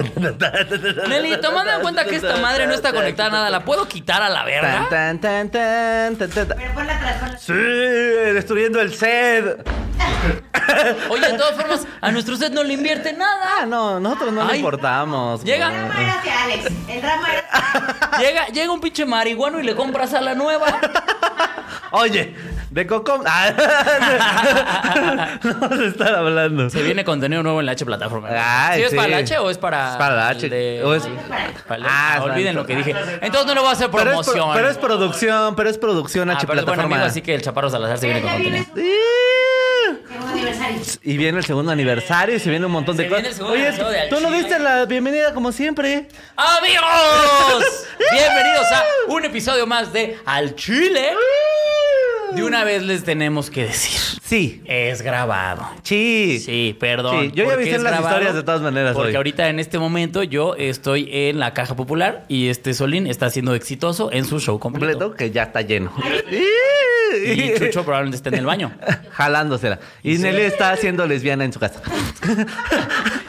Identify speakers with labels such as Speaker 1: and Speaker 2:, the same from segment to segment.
Speaker 1: Nelly, tomando en cuenta que esta madre no está conectada a nada, ¿la puedo quitar a la
Speaker 2: Tan,
Speaker 1: verga?
Speaker 2: tan, tan, tan, tan, tan, tan.
Speaker 3: Pero ponla atrás, ponla atrás.
Speaker 2: Sí, destruyendo el set.
Speaker 1: Oye, de todas formas, a nuestro set no le invierte
Speaker 2: Ah,
Speaker 1: nada.
Speaker 2: no, nosotros no le
Speaker 1: Ay.
Speaker 2: importamos.
Speaker 1: Llega.
Speaker 2: güey.
Speaker 3: El ramo era hacia Alex. El ramo era hacia
Speaker 1: Llega, llega un pinche marihuano y le compras a la nueva.
Speaker 2: Oye, de Cocom. Ah, no vas a estar hablando.
Speaker 1: Se viene contenido nuevo en la H plataforma.
Speaker 2: Ay,
Speaker 1: ¿Sí es
Speaker 2: sí.
Speaker 1: para la H o es para.
Speaker 2: Es para la
Speaker 1: el
Speaker 2: H.
Speaker 1: de-
Speaker 2: O es-
Speaker 1: para el-
Speaker 2: Ah,
Speaker 1: ah, olviden
Speaker 2: santo.
Speaker 1: lo que dije. Entonces no le voy a hacer
Speaker 2: Pero es,
Speaker 1: promoción.
Speaker 2: pro- pero es producción, pero es producción
Speaker 1: Ah,
Speaker 2: H
Speaker 1: pero es buen
Speaker 2: plataforma.
Speaker 1: amigo, así que el Chaparro Salazar se viene con contenido.
Speaker 2: Sí.
Speaker 3: Segundo aniversario.
Speaker 2: Y viene el segundo aniversario y se viene un montón de
Speaker 1: Se viene el
Speaker 2: cosas.
Speaker 1: segundo
Speaker 2: Oye,
Speaker 1: aniversario de
Speaker 2: tú no
Speaker 1: Alchimia.
Speaker 2: diste la bienvenida como siempre.
Speaker 1: ¡Amigos! Bienvenidos a un episodio más de Al Chile. De una vez les tenemos que decir.
Speaker 2: Sí.
Speaker 1: Es grabado.
Speaker 2: Sí.
Speaker 1: Sí, perdón.
Speaker 2: Sí, yo ya
Speaker 1: ¿Por qué
Speaker 2: avisé
Speaker 1: es
Speaker 2: las
Speaker 1: grabado?
Speaker 2: historias de todas maneras
Speaker 1: Porque
Speaker 2: hoy.
Speaker 1: ahorita en este momento yo estoy en la caja popular y este Solín está siendo exitoso en su show completo.
Speaker 2: Completo que ya está lleno.
Speaker 1: Y Chucho probablemente esté en el baño.
Speaker 2: Jalándosela. Y Nelly está haciendo lesbiana en su casa.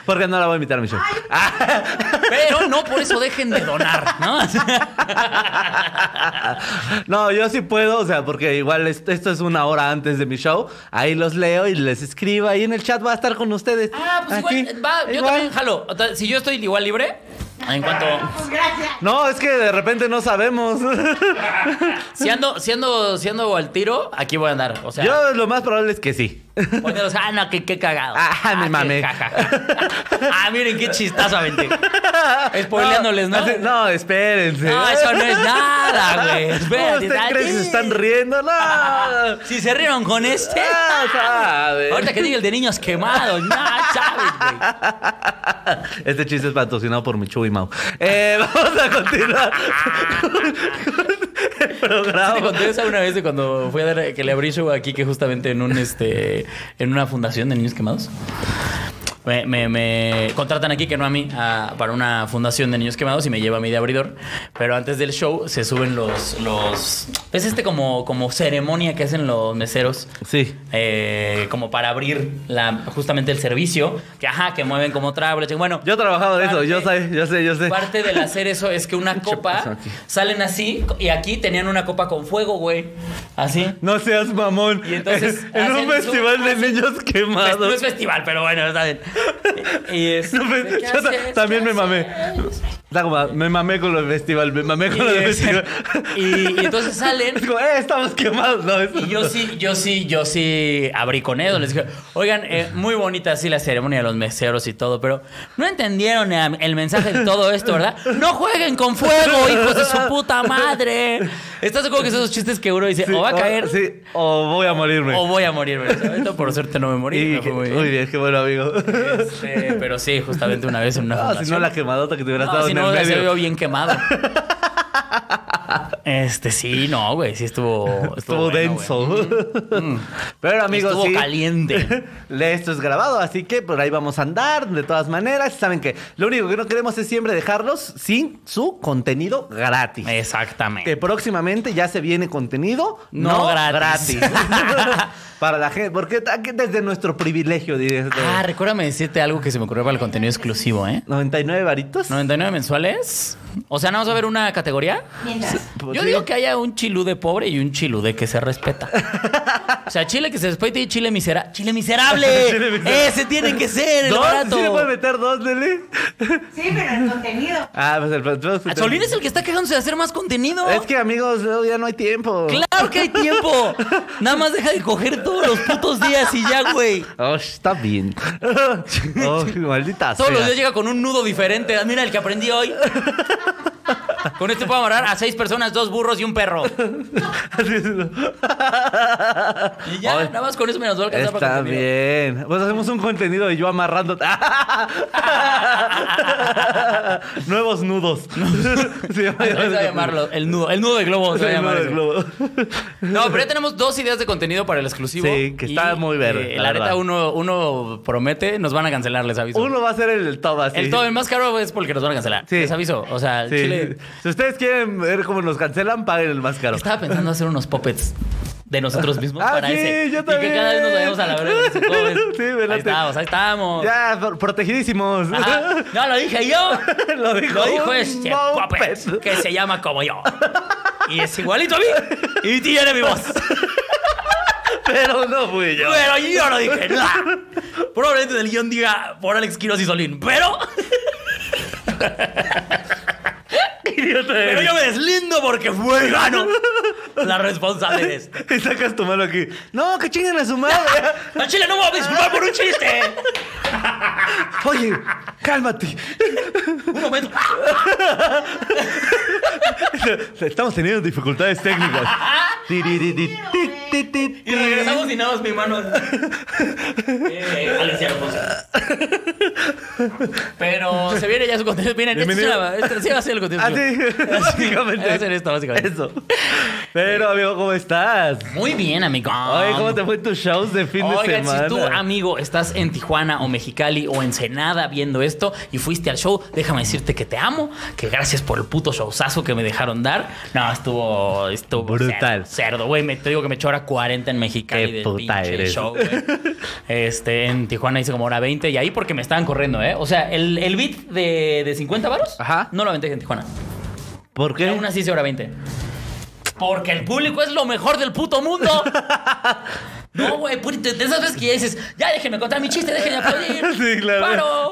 Speaker 2: Porque no la voy a invitar a mi show.
Speaker 1: Pero no por eso dejen de donar, ¿no?
Speaker 2: Ah, No, yo sí puedo, o sea, porque igual es- esto es una hora antes de mi show. Ahí los leo y les escribo. Ahí en el chat va a estar con ustedes.
Speaker 1: Ah, pues
Speaker 2: Aquí.
Speaker 1: igual, va, yo
Speaker 2: Igual.
Speaker 1: también jalo. O sea, Si yo estoy igual libre, en cuanto.
Speaker 3: Pues gracias.
Speaker 2: No, es que de repente no sabemos.
Speaker 1: Si ando, si ando, si ando al tiro, aquí voy a andar. O sea,
Speaker 2: Yo lo más probable es que sí.
Speaker 1: poneros, ah, no, que- qué, cagado.
Speaker 2: Ah, me
Speaker 1: qué
Speaker 2: mamé.
Speaker 1: jajaja. ah, miren qué chistazo aventé. Spoileándoles, ¿no?
Speaker 2: así- no, espérense.
Speaker 1: No, eso no es nada, güey.
Speaker 2: ¿Cómo
Speaker 1: Espérate,
Speaker 2: usted cree que se están riendo? No.
Speaker 1: Si se rieron con este.
Speaker 2: Ah, sabe.
Speaker 1: Ahorita que diga el de niños quemados, no, sabes, güey.
Speaker 2: Este chiste es patrocinado por Michu y Mau. Eh, vamos a continuar con el
Speaker 1: Te
Speaker 2: programa.
Speaker 1: conté esa una vez de cuando fui a dar que le abrí show aquí que justamente en un este en una fundación de niños quemados. Me, me- me contratan aquí, que no a mí, a- para una fundación de niños quemados y me lleva a mí de abridor. Pero antes del show se suben los. los ¿Ves este como, como ceremonia que hacen los meseros?
Speaker 2: Sí.
Speaker 1: eh, como para abrir la, justamente el servicio, que ajá, que mueven como trables. Bueno,
Speaker 2: Yo he trabajado de eso,
Speaker 1: Parte-
Speaker 2: yo sé, yo sé, yo sé.
Speaker 1: parte del hacer eso es que una
Speaker 2: pasa
Speaker 1: copa
Speaker 2: aquí?
Speaker 1: salen así y aquí tenían una copa con fuego, güey. Así.
Speaker 2: No seas mamón.
Speaker 1: Y entonces
Speaker 2: en un
Speaker 1: hacen
Speaker 2: festival
Speaker 1: su-
Speaker 2: de
Speaker 1: hacen-
Speaker 2: niños
Speaker 1: Pues, no es
Speaker 2: quemados.
Speaker 1: festival, pero bueno, está bien. Y es-
Speaker 2: No, pues,
Speaker 1: ¿de qué
Speaker 2: yo ta-
Speaker 1: haces?
Speaker 2: también
Speaker 1: ¿Qué
Speaker 2: me mamé.
Speaker 1: haces?
Speaker 2: Está como, Me mamé con los festival, me mamé
Speaker 1: Y,
Speaker 2: con los
Speaker 1: es-
Speaker 2: festival.
Speaker 1: y- y entonces salen
Speaker 2: Es como, eh, estamos quemados. No, es-
Speaker 1: Y yo sí, yo sí, yo sí abrí con ellos. Les dije, oigan, eh, muy bonita así la ceremonia de los meseros y todo, pero no entendieron eh, el mensaje de todo esto, ¿verdad? No jueguen con fuego, hijos de su puta madre. ¿Estás de acuerdo que son esos chistes que uno dice,
Speaker 2: Sí,
Speaker 1: o va a caer
Speaker 2: Sí, o voy a morirme.
Speaker 1: o voy a morir? ¿verdad? En ese momento, Por suerte no me morí.
Speaker 2: Y
Speaker 1: me
Speaker 2: que-
Speaker 1: fue muy bien.
Speaker 2: muy bien, qué bueno, amigo.
Speaker 1: Este, pero sí, justamente una vez en una
Speaker 2: Ah, si no,
Speaker 1: fundación.
Speaker 2: la quemadota que te hubiera
Speaker 1: No,
Speaker 2: estado
Speaker 1: si
Speaker 2: en
Speaker 1: no,
Speaker 2: el
Speaker 1: se
Speaker 2: medio.
Speaker 1: veo bien quemado. Este, sí, no, güey, sí estuvo... pues, Estuvo,
Speaker 2: Estuvo
Speaker 1: bueno,
Speaker 2: denso. Pero
Speaker 1: güey.
Speaker 2: amigos,
Speaker 1: Estuvo
Speaker 2: sí,
Speaker 1: caliente.
Speaker 2: le- esto es grabado, así que por ahí vamos a andar de todas maneras. Saben que lo único que no queremos es siempre dejarlos sin su contenido gratis.
Speaker 1: Exactamente.
Speaker 2: Que próximamente ya se viene contenido
Speaker 1: No gratis.
Speaker 2: para la gente, porque aquí desde nuestro privilegio, diría.
Speaker 1: Ah, recuérdame decirte algo que se me ocurrió para el contenido exclusivo, ¿eh?
Speaker 2: 99 varitos.
Speaker 1: 99 mensuales. O sea, ¿no vamos a ver una categoría?
Speaker 3: Mientras.
Speaker 2: Pues
Speaker 1: Yo digo que haya un chilú de pobre y un chilú de que se respeta. O sea, chile que se respete y chile miserable. ¡Chile miserable!
Speaker 2: Chile miserable.
Speaker 1: ¡Ese tiene que ser el
Speaker 2: ¿Dos?
Speaker 1: barato!
Speaker 2: ¿Sí le puede meter dos, Lele?
Speaker 3: Sí, pero el contenido.
Speaker 2: Ah, pues el
Speaker 1: Ah, Solín es el que está quejándose de hacer más contenido.
Speaker 2: Es que, amigos, luego ya no hay tiempo.
Speaker 1: ¡Claro que hay tiempo! Nada más deja de coger todos los putos días y ya, güey.
Speaker 2: Oh, está bien. Oh, maldita
Speaker 1: Todos los
Speaker 2: sea.
Speaker 1: días llega con un nudo diferente. Ah, Mira el que aprendí hoy. Con esto puedo amarrar a seis personas, dos burros y un perro. Y ya,
Speaker 2: Ay,
Speaker 1: nada más con eso me nos va a alcanzar para
Speaker 2: Está
Speaker 1: contenido.
Speaker 2: bien. Pues hacemos un contenido de yo amarrando. Nuevos nudos. Se llama-
Speaker 1: Ahí se va a llamarlo, el nudo, el nudo de globo. se va a
Speaker 2: Sí,
Speaker 1: llamar
Speaker 2: nudo
Speaker 1: ese.
Speaker 2: de globo.
Speaker 1: No, pero ya tenemos dos ideas de contenido para el exclusivo.
Speaker 2: Sí, que está muy verde,
Speaker 1: eh,
Speaker 2: la
Speaker 1: la neta,
Speaker 2: verdad.
Speaker 1: uno, uno promete, nos van a cancelar, les aviso.
Speaker 2: Uno va a ser el top así.
Speaker 1: el todo, el más caro es porque nos van a cancelar.
Speaker 2: Sí.
Speaker 1: Les aviso. O sea, el
Speaker 2: Sí.
Speaker 1: Chile.
Speaker 2: Si ustedes quieren ver cómo nos cancelan, paguen el más caro.
Speaker 1: Estaba pensando hacer unos puppets de nosotros mismos
Speaker 2: Ah,
Speaker 1: para
Speaker 2: sí,
Speaker 1: ese.
Speaker 2: yo
Speaker 1: y que cada vez nos vayamos a la verga. con eso, ¿cómo ves?
Speaker 2: Sí, me late.
Speaker 1: ahí estamos, ahí estamos.
Speaker 2: Ya, pro- protegidísimos.
Speaker 1: Ajá. No, lo dije yo.
Speaker 2: Lo dijo
Speaker 1: Lo dijo
Speaker 2: un
Speaker 1: este
Speaker 2: moped.
Speaker 1: puppet que se llama como yo. Y es igualito a mí. Y tiene mi voz.
Speaker 2: Pero no fui yo.
Speaker 1: Pero yo no dije nada. Probablemente en el guión diga por Alex Quiroz y Solín. Pero, pero yo me deslindo porque fue Gano la responsable de este. esto.
Speaker 2: Y sacas tu mano aquí. No, que chinguen a su madre.
Speaker 1: A Chile no voy a disculpar por un chiste.
Speaker 2: Oye, cálmate.
Speaker 1: Un momento.
Speaker 2: Estamos teniendo dificultades técnicas. Tiririri, ti, ti, ti, ti.
Speaker 1: Y regresamos y nada más mi mano. Eh, Alex ya lo puso. Pero se viene ya su contenido. Miren, este sí
Speaker 2: Bienvenido.
Speaker 1: va- este sí va a ser el contenido.
Speaker 2: Así, Ah, básicamente.
Speaker 1: Va a ser esto, básicamente.
Speaker 2: Eso. Pero, amigo, ¿cómo estás?
Speaker 1: Muy bien, amigo.
Speaker 2: Oye, ¿cómo te fue en tus shows de fin de
Speaker 1: Oigan,
Speaker 2: semana?
Speaker 1: si tú, amigo, estás en Tijuana o Mexicali o Ensenada viendo esto y fuiste al show, déjame decirte que te amo, que gracias por el puto showzazo que me dejaron dar. No, estuvo, estuvo
Speaker 2: Brutal.
Speaker 1: cer- Cerdo, güey, me te digo que me echó hora 40 en Mexicali
Speaker 2: Qué
Speaker 1: del
Speaker 2: puta
Speaker 1: pinche
Speaker 2: eres.
Speaker 1: show, güey. Este, en Tijuana hice como hora 20 y ahí porque me estaban corriendo, ¿eh? O sea, el, el beat de, de 50 varos,
Speaker 2: Ajá.
Speaker 1: no lo aventé en Tijuana.
Speaker 2: ¿Por
Speaker 1: Y
Speaker 2: qué?
Speaker 1: aún así hice hora 20. Porque el público es lo mejor del puto mundo. No, güey, puri- de esas veces que ya dices, ya déjenme contar mi chiste, déjenme aplaudir.
Speaker 2: Sí, claro.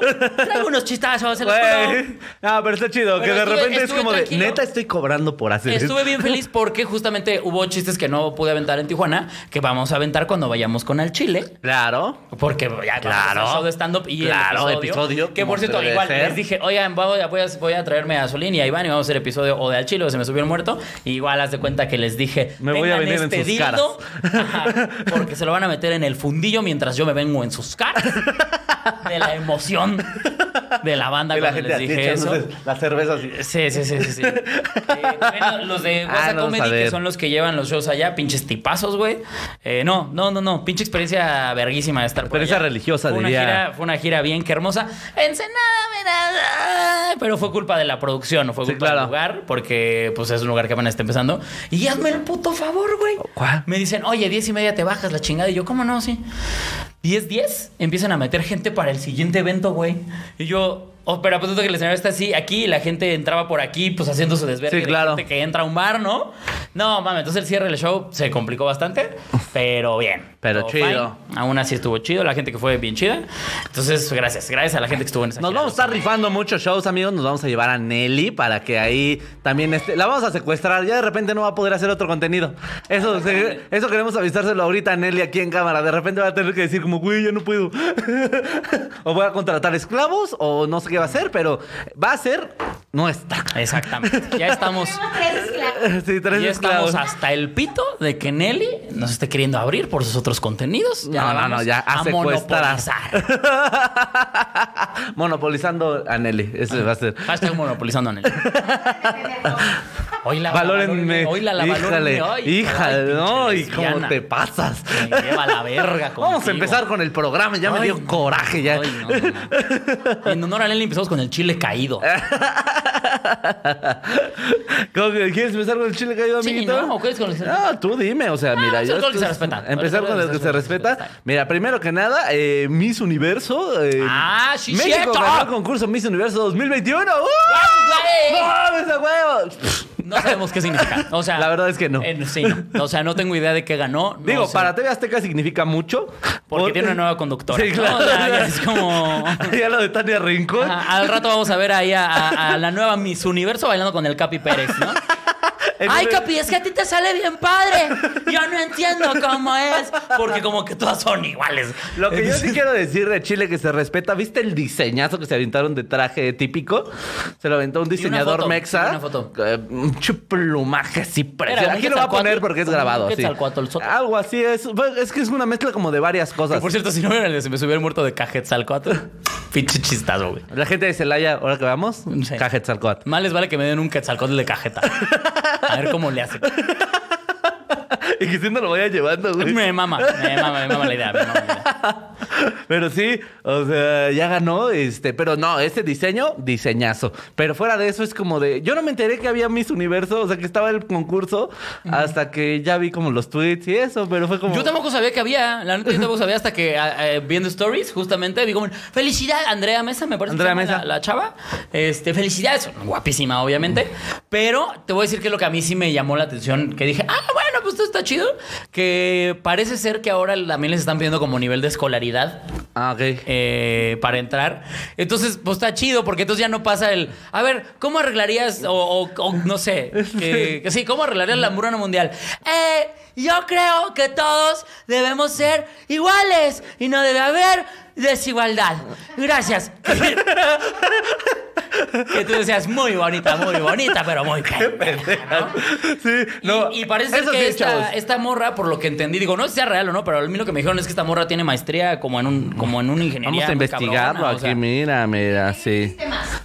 Speaker 1: Paro, traigo unos chistazos, se los juro.
Speaker 2: Güey. No, pero está chido,
Speaker 1: Pero
Speaker 2: que de
Speaker 1: estuve-
Speaker 2: repente
Speaker 1: estuve
Speaker 2: es como
Speaker 1: tranquilo.
Speaker 2: de, neta estoy cobrando por hacer esto.
Speaker 1: Estuve bien feliz porque justamente hubo chistes que no pude aventar en Tijuana, que vamos a aventar cuando vayamos con al Chile.
Speaker 2: Claro.
Speaker 1: Porque ya
Speaker 2: Claro.
Speaker 1: claro, de stand up y el
Speaker 2: Claro,
Speaker 1: episodio,
Speaker 2: episodio,
Speaker 1: que por
Speaker 2: como
Speaker 1: cierto
Speaker 2: debe
Speaker 1: igual
Speaker 2: ser.
Speaker 1: les dije, "Oigan, voy a, voy a- voy a traerme a Solín y a Iván y vamos a hacer episodio o de al chile o se me subió el muerto." Y igual haz de cuenta que les dije,
Speaker 2: Me voy a
Speaker 1: "Tengan
Speaker 2: venir en sus
Speaker 1: dildo, ajá, porque se lo van a meter en el fundillo mientras yo me vengo en sus caras." De la emoción de la banda
Speaker 2: Y la
Speaker 1: cuando
Speaker 2: gente
Speaker 1: les
Speaker 2: así
Speaker 1: dije eso.
Speaker 2: echándose la cerveza así.
Speaker 1: Sí, sí, sí, sí. sí. Eh, bueno, los de
Speaker 2: Ah,
Speaker 1: WhatsApp
Speaker 2: no,
Speaker 1: Comedy,
Speaker 2: a ver.
Speaker 1: que son los que llevan los shows allá, pinches tipazos, güey. Eh, no, no, no, no. Pinche experiencia verguísima de estar por
Speaker 2: Experiencia
Speaker 1: allá.
Speaker 2: religiosa,
Speaker 1: fue Una
Speaker 2: diría.
Speaker 1: gira, fue una gira bien que hermosa. Ensenada, verás, pero fue culpa de la producción, no fue
Speaker 2: Sí,
Speaker 1: culpa
Speaker 2: claro.
Speaker 1: del lugar, porque pues es un lugar que apenas está empezando. Y hazme el puto favor, güey.
Speaker 2: ¿Cuál?
Speaker 1: Me dicen, oye, diez y media te bajas la chingada. Y yo, ¿cómo no? Sí. 10-10 empiezan a meter gente para el siguiente evento, güey. Y yo, oh, pero apuntando que el escenario está así, aquí, y la gente entraba por aquí, pues haciendo su desvergue.
Speaker 2: Sí,
Speaker 1: de
Speaker 2: claro.
Speaker 1: gente que entra a un bar, ¿no? No, mames, entonces el cierre del show se complicó bastante, pero bien.
Speaker 2: Pero
Speaker 1: Todo
Speaker 2: chido.
Speaker 1: fine. Aún así estuvo chido, la gente que fue bien chida. Entonces, gracias, gracias a la gente que estuvo en esa
Speaker 2: Nos
Speaker 1: gira.
Speaker 2: vamos a estar rifando muchos shows, amigos. Nos vamos a llevar a Nelly para que ahí también esté. La vamos a secuestrar. Ya de repente no va a poder hacer otro contenido. Eso, se- eso queremos avisárselo ahorita a Nelly aquí en cámara. De repente va a tener que decir como, güey, ya no puedo. o voy a contratar esclavos o no sé qué va a hacer, pero va a ser nuestra.
Speaker 1: Exactamente. Ya estamos.
Speaker 3: Tenemos tres esclavos.
Speaker 2: Sí, tres
Speaker 1: Ya
Speaker 2: esclavos.
Speaker 1: estamos hasta el pito de que Nelly nos esté queriendo abrir por sus otros contenidos. Ya
Speaker 2: No,
Speaker 1: la
Speaker 2: no,
Speaker 1: vamos
Speaker 2: no, ya, a
Speaker 1: a
Speaker 2: secuestrar.
Speaker 1: monopolizar.
Speaker 2: Monopolizando a Nelly. Eso Este va a ser.
Speaker 1: Hashtag monopolizando en él. Hoy la eh,
Speaker 2: Valórenme.
Speaker 1: Hoy la, la
Speaker 2: híjale,
Speaker 1: valórenme. Ay, ay,
Speaker 2: híjale,
Speaker 1: pinche
Speaker 2: no, y
Speaker 1: lesbiana.
Speaker 2: cómo te pasas.
Speaker 1: Me lleva la verga
Speaker 2: Vamos a
Speaker 1: contigo.
Speaker 2: empezar con el programa, ya me
Speaker 1: Ay,
Speaker 2: dio coraje ya.
Speaker 1: Ay, no, no, no. En honor a Nelly empezamos con el chile caído.
Speaker 2: ¿Cómo que ¿Quieres empezar con el chile caído,
Speaker 1: Sí,
Speaker 2: amiguito?
Speaker 1: ¿no? ¿O quieres con el-
Speaker 2: No, tú dime, o sea, mira,
Speaker 1: empezar
Speaker 2: yo...
Speaker 1: con el que se
Speaker 2: estoy-
Speaker 1: respeta.
Speaker 2: Empezar con el que se respeta. Mira, primero que nada, eh, Miss Universo. eh,
Speaker 1: Ah, sí,
Speaker 2: México
Speaker 1: cierto.
Speaker 2: ganó el concurso Miss Universo 2021. ¡Uh!
Speaker 1: ¡Guau,
Speaker 2: ¡Vamos a huevo!
Speaker 1: No sabemos qué significa. O sea,
Speaker 2: La verdad es que no.
Speaker 1: eh, sí, no. O sea, no tengo idea de qué ganó. no
Speaker 2: Digo,
Speaker 1: sé.
Speaker 2: para TV Azteca significa mucho.
Speaker 1: Porque tiene una nueva conductora.
Speaker 2: Sí, claro.
Speaker 1: No, o sea, ya es como.
Speaker 2: ya lo de Tania Rincón.
Speaker 1: Ajá, al rato vamos a ver ahí a, a- a la nueva Miss Universo bailando con el Capi Pérez, ¿no? Ay,
Speaker 2: Entonces-
Speaker 1: Capi, es que a ti te sale bien padre. Yo no entiendo cómo es. Porque como que todas son iguales. Eh,
Speaker 2: Lo que yo sí quiero decir de Chile que se respeta, ¿viste el diseñazo que se aventaron de traje típico? Se lo aventó un diseñador
Speaker 1: foto,
Speaker 2: mexa.
Speaker 1: y una foto.
Speaker 2: Eh, mucho plumaje así precioso.
Speaker 1: Era un
Speaker 2: Aquí lo va a poner
Speaker 1: Quetzalcóatl,
Speaker 2: porque es
Speaker 1: como un
Speaker 2: grabado. sí.
Speaker 1: Quetzalcoatlzote.
Speaker 2: Algo así es. Pues, Es que es una mezcla como de varias cosas.
Speaker 1: Por cierto, si no me, se me subió el muerto de Cajetzalcoatl. Pinche chistazo, güey.
Speaker 2: La gente de Celaya, ahora que vamos,
Speaker 1: Sí.
Speaker 2: Cajetzalcóatl.
Speaker 1: Más les vale que me den un Quetzalcoatl de cajeta. A ver cómo le hace.
Speaker 2: Y que si no lo vaya llevando, güey.
Speaker 1: Me mama, me mama, me mama la idea. me mama la idea.
Speaker 2: Pero sí, o sea, ya ganó, este, pero no, este diseño, diseñazo. Pero fuera de eso es como de, yo no me enteré que había Miss Universo, o sea, que estaba el concurso hasta que ya vi como los tweets y eso, pero fue como
Speaker 1: Yo tampoco sabía que había. La neta, yo tampoco sabía hasta que a- eh, viendo stories, justamente, vi como felicidad, Andrea Mesa, me parece.
Speaker 2: Andrea
Speaker 1: que se llama
Speaker 2: Mesa.
Speaker 1: La, la chava. Este, felicidades. Guapísima, obviamente. Pero te voy a decir que es lo que a mí sí me llamó la atención, que dije, ah, bueno, pues esto está chido. Que parece ser que ahora también les están pidiendo como nivel de escolaridad
Speaker 2: Ah, ok.
Speaker 1: eh, para entrar. Entonces, pues está chido, porque entonces ya no pasa el. A ver, ¿cómo arreglarías? O, o- o no sé. que- que sí, ¿cómo arreglarías la hambruna mundial? Eh, yo creo que todos debemos ser iguales y no debe haber desigualdad. Gracias. que tú decías, muy bonita, muy bonita, pero muy pendeja, ¿no?
Speaker 2: Sí, no.
Speaker 1: y, y parece
Speaker 2: eso
Speaker 1: que
Speaker 2: sí,
Speaker 1: esta,
Speaker 2: chavos.
Speaker 1: esta morra, por lo que entendí, digo, no sé si sea real o no, pero a mí lo que me dijeron es que esta morra tiene maestría como en un, como en una ingeniería.
Speaker 2: Vamos a
Speaker 1: muy
Speaker 2: investigarlo
Speaker 1: cabrona, o
Speaker 2: aquí,
Speaker 1: sea,
Speaker 2: mira, mira, sí.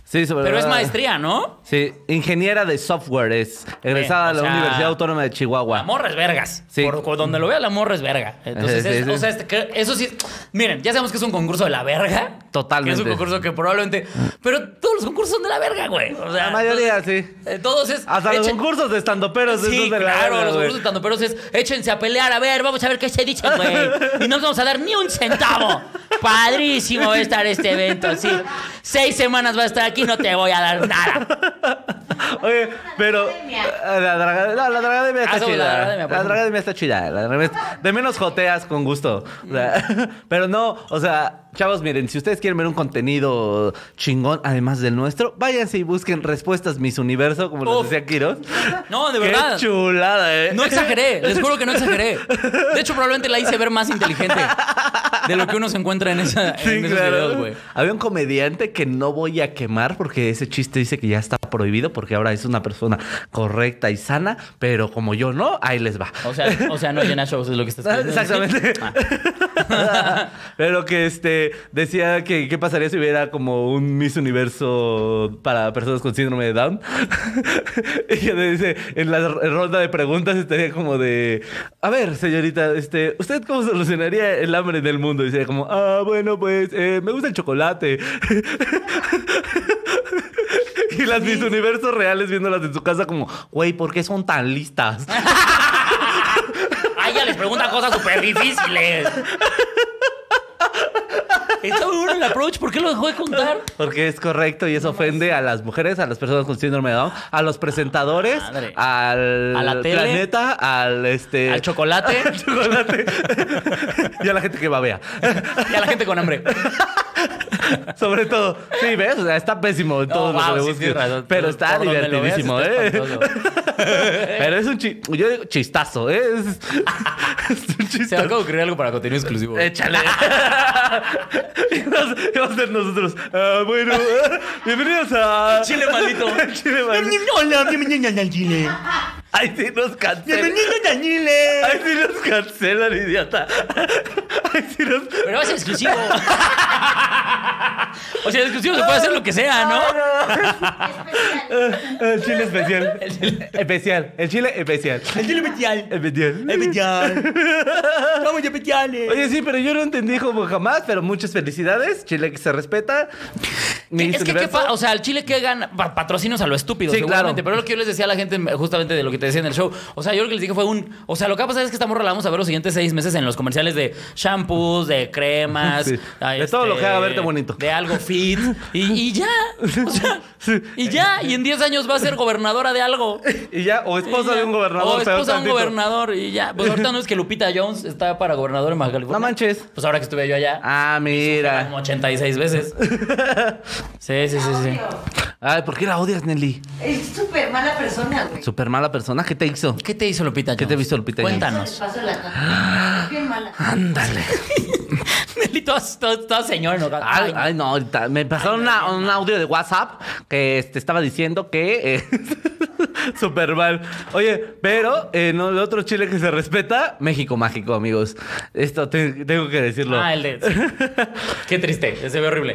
Speaker 2: Sí, sobre-
Speaker 1: pero es maestría, ¿no?
Speaker 2: Sí, ingeniera de software es, egresada
Speaker 1: o
Speaker 2: de la
Speaker 1: sea,
Speaker 2: Universidad Autónoma de Chihuahua.
Speaker 1: La morra es vergas.
Speaker 2: Sí.
Speaker 1: Por, por donde lo vea, la morra es verga. Entonces,
Speaker 2: Sí, sí,
Speaker 1: es-
Speaker 2: sí.
Speaker 1: o sea, este- que- eso sí. Miren, ya sabemos que es un concurso de la verga.
Speaker 2: Totalmente.
Speaker 1: Que es un concurso que probablemente. Pero todos los concursos son de la verga, güey. O sea,
Speaker 2: La mayoría, sí.
Speaker 1: eh, Todos es.
Speaker 2: Hasta los
Speaker 1: echen-
Speaker 2: concursos de estandoperos.
Speaker 1: Sí,
Speaker 2: esos de la
Speaker 1: claro,
Speaker 2: verga,
Speaker 1: los
Speaker 2: güey.
Speaker 1: concursos tanto pero es échense a pelear, a ver, vamos a ver qué se dice, güey. Y no nos vamos a dar ni un centavo. Padrísimo va a estar este evento, sí. Seis semanas va a estar aquí, no te voy a dar nada.
Speaker 2: Oye, pero
Speaker 3: Dragademia.
Speaker 2: eh, la draga- no, la dragademia
Speaker 1: Ah,
Speaker 2: está
Speaker 1: sobre la
Speaker 2: chida.
Speaker 1: dragademia, por
Speaker 2: La
Speaker 1: ejemplo.
Speaker 2: dragademia está chida. la dragademia está- De menos joteas con gusto. O sea, pero no, o sea, chavos, miren, si ustedes quieren ver un contenido chingón, además del nuestro, váyanse y busquen respuestas Miss Universo, como
Speaker 1: Uf.
Speaker 2: les decía Kiros.
Speaker 1: No, de
Speaker 2: Qué
Speaker 1: verdad.
Speaker 2: chulada, eh.
Speaker 1: No exageré, les juro que no exageré. De hecho, probablemente la hice ver más inteligente de lo que uno se encuentra en, esa,
Speaker 2: Sí,
Speaker 1: en esos
Speaker 2: claro.
Speaker 1: videos, güey.
Speaker 2: Había un comediante que no voy a quemar porque ese chiste dice que ya está prohibido porque ahora es una persona correcta y sana, pero como yo no, ahí les va.
Speaker 1: O sea, o sea, no llena shows, es lo que estás
Speaker 2: Ah,
Speaker 1: queriendo decir.
Speaker 2: Exactamente.
Speaker 1: Ah.
Speaker 2: Pero que este decía que qué pasaría si hubiera como un Miss Universo para personas con síndrome de Down. y que le dice, en la r- ronda de preguntas estaría como de a ver, señorita, este, ¿usted cómo solucionaría el hambre del mundo? Y dice como, ah, bueno, pues eh, me gusta el chocolate. y las Miss Universos reales viéndolas en su casa como, güey, ¿por qué son tan listas?
Speaker 1: Ay, ya les pregunta cosas súper difíciles. Está muy bueno el approach, ¿por qué lo dejó de contar?
Speaker 2: Porque es correcto y eso ofende a las mujeres, a las personas con síndrome de Down, a los presentadores,
Speaker 1: Ah, Madre.
Speaker 2: al
Speaker 1: A la tele.
Speaker 2: planeta, al este
Speaker 1: Al chocolate
Speaker 2: al chocolate y a la gente que babea.
Speaker 1: y a la gente con hambre.
Speaker 2: Sobre todo, sí, ves, o sea, está pésimo en
Speaker 1: No,
Speaker 2: todo lo
Speaker 1: wow,
Speaker 2: que le
Speaker 1: sí,
Speaker 2: busques.
Speaker 1: tienes razón.
Speaker 2: Pero
Speaker 1: Por-
Speaker 2: está
Speaker 1: por donde lo veas
Speaker 2: divertidísimo,
Speaker 1: está
Speaker 2: ¿eh?
Speaker 1: espantoso.
Speaker 2: Pero es un chi- yo digo chistazo, ¿eh? Es, es un
Speaker 1: Se me
Speaker 2: chistazo.
Speaker 1: acaba de ocurrir algo para contenido exclusivo.
Speaker 2: Échale. y nos- y vamos a ser nosotros. Ah, bueno, ah, bienvenidos a.
Speaker 1: Chile maldito.
Speaker 2: El Chile maldito.
Speaker 1: Hola, bienvenido al Chile.
Speaker 2: Ay, sí, nos cancelan.
Speaker 1: Bienvenido al Chile.
Speaker 2: Ay, sí, nos cancelan, idiota. Ay, sí, nos.
Speaker 1: Pero va a ser exclusivo. O sea, exclusivo se puede hacer lo que sea, ¿no?
Speaker 3: Especial.
Speaker 2: Ah, ah, El chile especial.
Speaker 1: El chile-
Speaker 2: Especial. El chile especial.
Speaker 1: El chile petial.
Speaker 2: Especial.
Speaker 1: Vamos ya petiales.
Speaker 2: Oye, sí, pero yo no entendí como jamás, pero muchas felicidades. Chile que se respeta. Miss
Speaker 1: Es que, ¿qué
Speaker 2: Universo.
Speaker 1: fa- o sea, al Chile que gana pa- patrocinios a lo estúpido,
Speaker 2: Sí,
Speaker 1: seguramente.
Speaker 2: claro.
Speaker 1: Pero es lo que yo les decía a la gente, justamente de lo que te decía en el show. O sea, yo lo que les dije fue un. O sea, lo que va a pasar es que esta morra la vamos a ver los siguientes seis meses en los comerciales de shampoos, de cremas,
Speaker 2: Sí.
Speaker 1: ah,
Speaker 2: De todo lo que haga verte bonito.
Speaker 1: De algo fit. Y, y ya. O sea,
Speaker 2: Sí.
Speaker 1: y ya. Y en 10 años va a ser gobernadora de algo.
Speaker 2: Y ya, o esposa
Speaker 1: Y ya.
Speaker 2: de un gobernador.
Speaker 1: O
Speaker 2: peor
Speaker 1: esposa de un
Speaker 2: tantito.
Speaker 1: gobernador. Y ya. Pues ahorita no es que Lupita Jones está para gobernador en Baja California.
Speaker 2: No manches.
Speaker 1: Pues ahora que estuve yo allá.
Speaker 2: Ah, mira.
Speaker 1: Como 86 veces. Sí, sí, sí, sí.
Speaker 2: Ay, ¿por qué la odias, Nelly?
Speaker 3: Es súper mala persona, güey.
Speaker 2: Super mala persona, ¿qué te hizo?
Speaker 1: ¿Qué te hizo Lupita?
Speaker 2: ¿Qué te
Speaker 1: Jones?
Speaker 2: hizo Lupita Jones?
Speaker 3: Les
Speaker 1: Cuéntanos.
Speaker 3: paso la caja. Es bien mala.
Speaker 2: Ándale.
Speaker 1: Nelly, todas, todas, todas señoras, ¿no?
Speaker 2: Ay,
Speaker 1: Ay,
Speaker 2: ay, no, ahorita me pasaron una- un audio de WhatsApp que este, estaba diciendo que. eh, Super mal. Oye, pero eh, no, el otro Chile que se respeta, México mágico, amigos. Esto te- tengo que decirlo.
Speaker 1: Ah, el de. Qué triste, se ve horrible.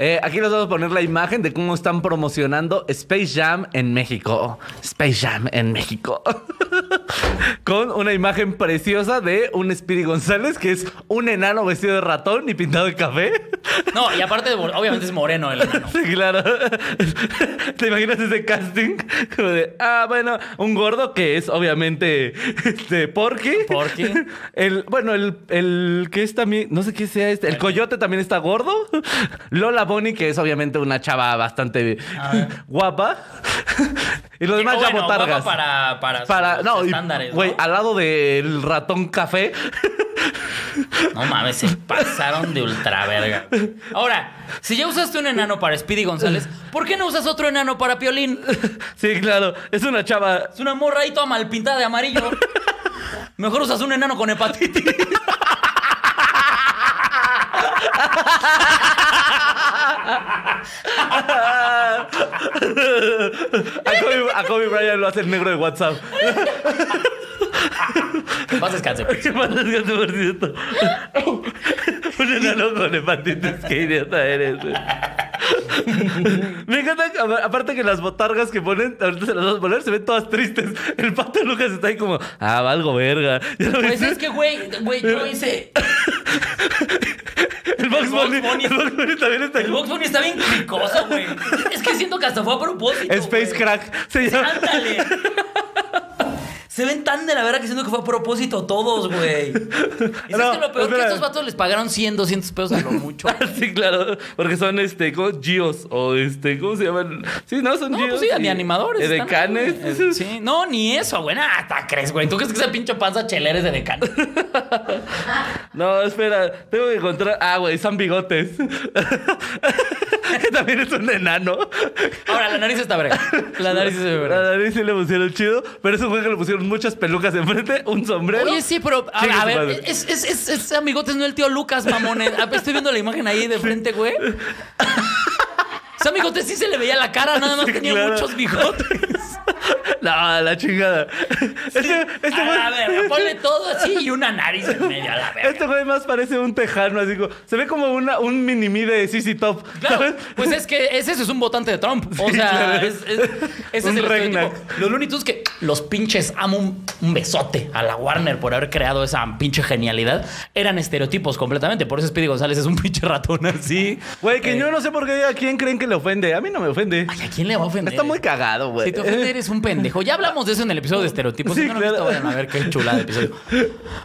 Speaker 2: Eh, aquí les vamos a poner la imagen de cómo están promocionando Space Jam en México. Space Jam en México. Con una imagen preciosa de un Spiri González, que es un enano vestido de ratón y pintado de café.
Speaker 1: No, y aparte, de mor- obviamente es moreno el enano.
Speaker 2: Sí, claro. ¿Te imaginas ese casting? Como de, ah, bueno, un gordo que es obviamente este Porky.
Speaker 1: Porky.
Speaker 2: El, bueno, el, el que es también, no sé qué sea este, el coyote también está gordo. Lola Bonnie, que es obviamente una chava bastante guapa. Y los demás ya
Speaker 1: Bueno, guapa
Speaker 2: botargas.
Speaker 1: Para, para,
Speaker 2: Para,
Speaker 1: sus
Speaker 2: no, y,
Speaker 1: estándares.
Speaker 2: güey,
Speaker 1: ¿no?
Speaker 2: al lado del ratón café.
Speaker 1: No mames, se pasaron de ultra verga. Ahora, si ya usaste un enano para Speedy González, ¿por qué no usas otro enano para Piolín?
Speaker 2: Sí, claro, es una chava
Speaker 1: Es una morra ahí toda mal pintada de amarillo. Mejor usas un enano con hepatitis.
Speaker 2: A Kobe, a Kobe Bryant lo hace el negro de WhatsApp.
Speaker 1: Vas descanse. pues.
Speaker 2: ¿Qué más desgaste, por cierto? Oh, Un enano con hepatitis. Qué idiota eres. güey. Me encanta, que, a- aparte que las botargas que ponen, ahorita se las vas a poner, se ven todas tristes. El pato Lucas está ahí como, ah, valgo verga. ¿Ya lo
Speaker 1: Pues
Speaker 2: viste?
Speaker 1: es que, güey, güey, yo hice.
Speaker 2: el Box
Speaker 1: el Bugs
Speaker 2: Bunny,
Speaker 1: Bunny.
Speaker 2: el Bugs Bunny también está
Speaker 1: El
Speaker 2: como...
Speaker 1: Box Bunny está bien cricoso, güey. Es que siento que hasta fue a propósito.
Speaker 2: Space
Speaker 1: güey.
Speaker 2: Crack se llama.
Speaker 1: Ándale. Se ven tan de la verga que siento que fue a propósito todos, güey. Y
Speaker 2: No,
Speaker 1: sabes que lo peor que
Speaker 2: espera.
Speaker 1: estos vatos les pagaron 100, 200 pesos a lo mucho.
Speaker 2: Sí, claro, porque son este, ¿cómo? Gios o este, ¿cómo se llaman? Sí, no, son
Speaker 1: No,
Speaker 2: Gios.
Speaker 1: pues sí,
Speaker 2: y-
Speaker 1: ni animadores.
Speaker 2: eh, De
Speaker 1: están-
Speaker 2: canes.
Speaker 1: Eh, Sí, no, ni eso, güey. Nada, hasta crees, güey. ¿Tú crees que esa pinche panza chelera es de decano?
Speaker 2: No, espera, tengo que encontrar. Ah, güey, son bigotes. que también es un enano.
Speaker 1: Ahora, la nariz está verga. La nariz es de
Speaker 2: La
Speaker 1: verga.
Speaker 2: nariz sí le pusieron chido, pero es un juego que le pusieron muchas pelucas enfrente, un sombrero.
Speaker 1: Oye, sí, pero a,
Speaker 2: Chingue
Speaker 1: a
Speaker 2: su
Speaker 1: ver,
Speaker 2: madre.
Speaker 1: es, es, es, es amigotes, no el tío Lucas, mamones. Ah, Estoy viendo la imagen ahí de frente, güey. O sea, amigotes sí se le veía la cara, nada más
Speaker 2: Sí,
Speaker 1: tenía
Speaker 2: claro.
Speaker 1: muchos bigotes.
Speaker 2: No, la chingada. Este, este güey.
Speaker 1: Ah, A ver, ponle todo así y una nariz en medio, a la verga.
Speaker 2: Este güey más parece un tejano, así como. Se ve como una, un mini mi de CC Top.
Speaker 1: Claro,
Speaker 2: ¿sabes?
Speaker 1: pues es que ese es un votante de Trump. O
Speaker 2: Sí,
Speaker 1: sea,
Speaker 2: claro.
Speaker 1: es, es- ese es
Speaker 2: Un
Speaker 1: el
Speaker 2: redneck.
Speaker 1: estereotipo. Los Looney Tunes que los pinches amo un, un besote a la Warner por haber creado esa pinche genialidad. Eran estereotipos completamente. Por eso Speedy González es un pinche ratón así.
Speaker 2: Güey, que
Speaker 1: Eh,
Speaker 2: yo no sé por qué a quién creen que le ofende. A mí no me ofende.
Speaker 1: Ay, ¿a quién le va a ofender?
Speaker 2: Está muy cagado, güey.
Speaker 1: Si te ofende, eres un pendejo. Ya hablamos de eso en el episodio de estereotipos.
Speaker 2: Sí,
Speaker 1: si no lo han visto,
Speaker 2: claro.
Speaker 1: vayan a ver qué chulada de episodio.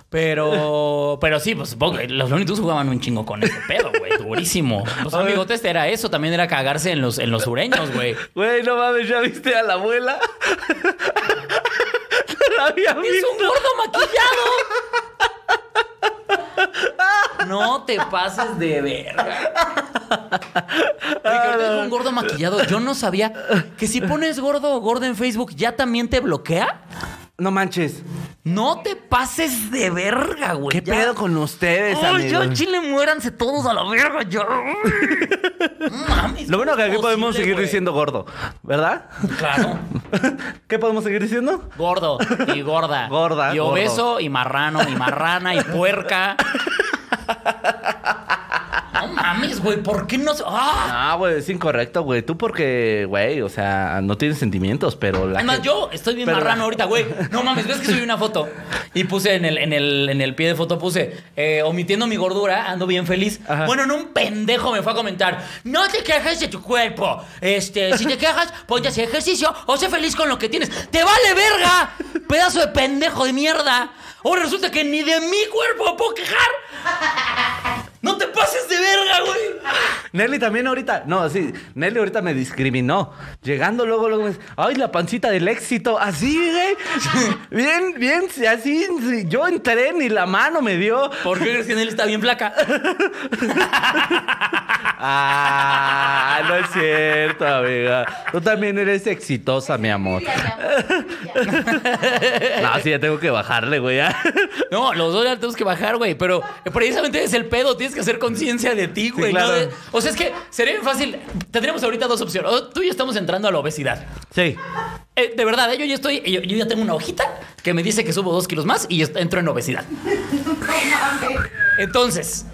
Speaker 1: Pero, pero sí, pues supongo que los Looney Tunes jugaban un chingo con ese pedo, güey. Durísimo. Pues
Speaker 2: ver.
Speaker 1: amigotes era eso. También era cagarse en los, en los sureños, güey.
Speaker 2: Güey, no mames, ¿ya viste a la abuela? No la había
Speaker 1: ¡Es un
Speaker 2: visto.
Speaker 1: gordo maquillado! No te pases de verga. Oye, que ahorita dijo un gordo maquillado. Yo no sabía que si pones gordo o gordo en Facebook, ¿ya también te bloquea?
Speaker 2: No manches.
Speaker 1: No te pases de verga, güey.
Speaker 2: ¿Qué
Speaker 1: Ya.
Speaker 2: pedo con ustedes,
Speaker 1: Ay,
Speaker 2: amigos?
Speaker 1: ya, chile, muéranse todos a la verga, ya. No Mames.
Speaker 2: Lo bueno que aquí
Speaker 1: ¿cómo es
Speaker 2: podemos
Speaker 1: posible,
Speaker 2: seguir
Speaker 1: güey?
Speaker 2: diciendo gordo, ¿verdad?
Speaker 1: Claro.
Speaker 2: ¿Qué podemos seguir diciendo?
Speaker 1: Gordo y gorda.
Speaker 2: Gorda,
Speaker 1: Y
Speaker 2: gordo.
Speaker 1: obeso y marrano y marrana y puerca. No mames, güey. ¿Por qué no se.? ¡Ah!
Speaker 2: Ah, güey, es incorrecto, güey. Tú porque, güey, o sea, no tienes sentimientos, pero la
Speaker 1: Además,
Speaker 2: gente-
Speaker 1: yo estoy bien
Speaker 2: Pero-
Speaker 1: marrano ahorita, güey. No mames, ves que subí una foto. Y puse en el, en el, en el pie de foto, puse, eh, omitiendo mi gordura, ando bien feliz.
Speaker 2: Ajá.
Speaker 1: Bueno, en un pendejo me fue a comentar, no te quejes de tu cuerpo. Este, si te quejas, ponte a hacer ejercicio o sé feliz con lo que tienes. ¡Te vale verga! Pedazo de pendejo de mierda. Ahora resulta que ni de mi cuerpo me puedo quejar. No te pases de verga, güey.
Speaker 2: Nelly también ahorita, no, sí, Nelly ahorita me discriminó. Llegando luego, luego me dice, ay, la pancita del éxito, así, güey. Bien, bien, sí, así, sí. yo entré, ni la mano me dio.
Speaker 1: ¿Por qué crees que él está bien flaca?
Speaker 2: Ah, no es cierto, amiga. Tú también eres exitosa, mi amor. No, sí, ya tengo que bajarle, güey. ya.
Speaker 1: No, los dos ya tenemos que bajar, güey. Pero precisamente es el pedo. Tienes que hacer conciencia de ti, güey.
Speaker 2: claro.
Speaker 1: ¿no? De- o sea, es que sería bien fácil. Tendríamos ahorita dos opciones. O tú y yo estamos entrando a la obesidad.
Speaker 2: Sí.
Speaker 1: Eh, de verdad, eh, yo ya estoy. Yo, yo ya tengo una hojita que me dice que subo dos kilos más y est- entro en obesidad. Entonces,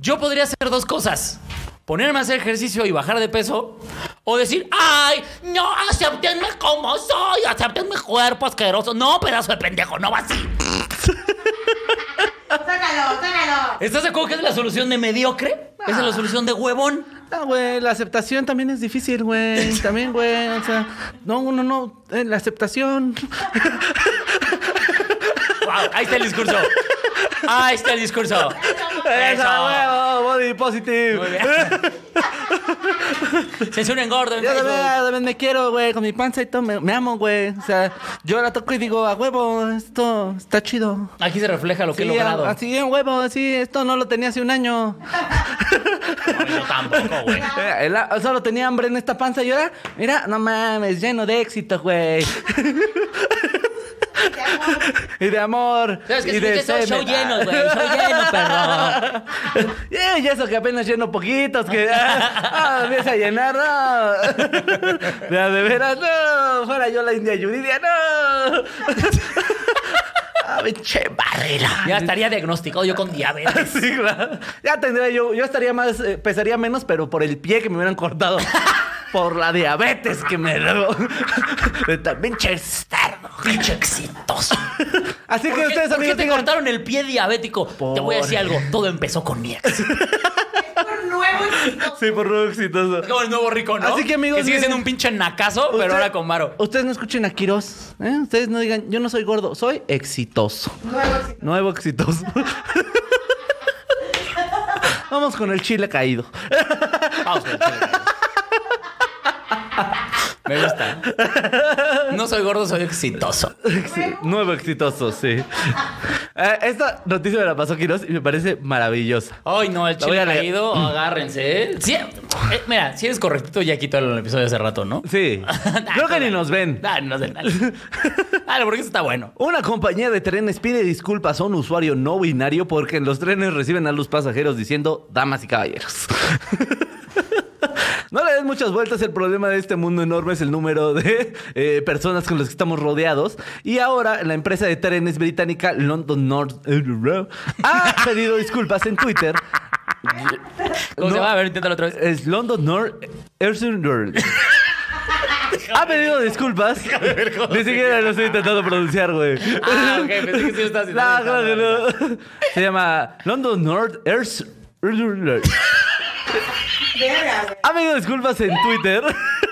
Speaker 1: yo podría hacer dos cosas. Ponerme a hacer ejercicio y bajar de peso. O decir, ay, no, acéptenme como soy, acepten mi cuerpo asqueroso. No, pedazo de pendejo, no va así.
Speaker 3: Sácalo, sácalo.
Speaker 1: ¿Estás de acuerdo que es la solución de mediocre? Esa
Speaker 2: Ah.
Speaker 1: es la solución de huevón.
Speaker 2: No, güey, la aceptación también es difícil, güey. También, güey. O sea, no, no, no. eh, La aceptación.
Speaker 1: Wow, ahí está el discurso. Ahí está el discurso. Eso.
Speaker 2: huevo, body positive.
Speaker 1: Muy bien. Censura engordo. en
Speaker 2: Yo
Speaker 1: Facebook.
Speaker 2: también, también me quiero, güey, con mi panza y todo, me, me amo, güey. O sea, yo la toco y digo, a huevo, esto está chido.
Speaker 1: Aquí se refleja lo que he
Speaker 2: Sí, a-
Speaker 1: logrado.
Speaker 2: así, a huevo, así, esto no lo tenía hace un año.
Speaker 1: No, yo tampoco, güey.
Speaker 2: Eh, el a- solo tenía hambre en esta panza y ahora, mira, no mames, lleno de éxito, güey. y de amor.
Speaker 1: ¿Sabes qué?
Speaker 2: y de
Speaker 1: Escucha, soy, soy
Speaker 2: semen.
Speaker 1: lleno, güey. Soy lleno, perro.
Speaker 2: Eh, y eso que apenas lleno poquitos, que ah, ah, empieza a llenar, no. De, a de veras, no. Fuera yo la India Yuridia, no. Ah, pinche barrera.
Speaker 1: Ya estaría diagnosticado yo con diabetes.
Speaker 2: Sí, claro. Ya tendría yo, yo estaría más, eh, pesaría menos, pero por el pie que me hubieran cortado. Por la diabetes que me dio. De tan pinche cerdo.
Speaker 1: Pinche exitoso.
Speaker 2: Así
Speaker 1: ¿Por
Speaker 2: que
Speaker 1: qué, por
Speaker 2: ustedes,
Speaker 1: qué
Speaker 2: amigos,
Speaker 1: te
Speaker 2: digan,
Speaker 1: cortaron el pie diabético? Te voy a decir algo. Todo empezó con mi ex.
Speaker 3: Por nuevo éxito.
Speaker 2: Sí, por lo exitoso.
Speaker 1: Es como el nuevo rico, ¿no?
Speaker 2: Así que, amigos,
Speaker 1: Que sigue
Speaker 2: miren.
Speaker 1: siendo un pinche nacazo,
Speaker 2: Usted-
Speaker 1: pero ahora con varo.
Speaker 2: Ustedes no escuchen a Quiroz. ¿eh? Ustedes no digan, yo no soy gordo, soy exitoso.
Speaker 3: Nuevo éxito.
Speaker 2: Nuevo exitoso. Vamos con el chile caído.
Speaker 1: Vamos, güey, chile, güey. Me gusta. No soy gordo, soy exitoso.
Speaker 2: Sí, nuevo exitoso, sí. Eh, esta noticia me la pasó Quiroz y me parece maravillosa.
Speaker 1: Ay, no, el
Speaker 2: voy
Speaker 1: chile
Speaker 2: a leer. Mm.
Speaker 1: caído, agárrense. ¿eh? Sí, eh, mira, si eres correctito, ya quitó el episodio de hace rato, ¿no?
Speaker 2: Sí. Creo que ni nos ven.
Speaker 1: Dale, no sé, dale. Dale, porque eso está bueno.
Speaker 2: Una compañía de trenes pide disculpas a un usuario no binario porque en los trenes reciben a los pasajeros diciendo damas y caballeros. No le den muchas vueltas, el problema de este mundo enorme es el número de eh, personas con las que estamos rodeados. Y ahora la empresa de trenes británica London North ha pedido disculpas en Twitter.
Speaker 1: ¿Cómo se
Speaker 2: No.
Speaker 1: va? A ver, inténtalo otra vez.
Speaker 2: Es London North Ha pedido disculpas. Ni siquiera lo estoy intentando pronunciar, güey.
Speaker 1: Ah, ok, pensé que sí lo estabas
Speaker 2: No,
Speaker 1: intentando.
Speaker 2: claro que no. Se llama London North Airs.
Speaker 3: Verga, güey.
Speaker 2: Ha pedido disculpas en Twitter.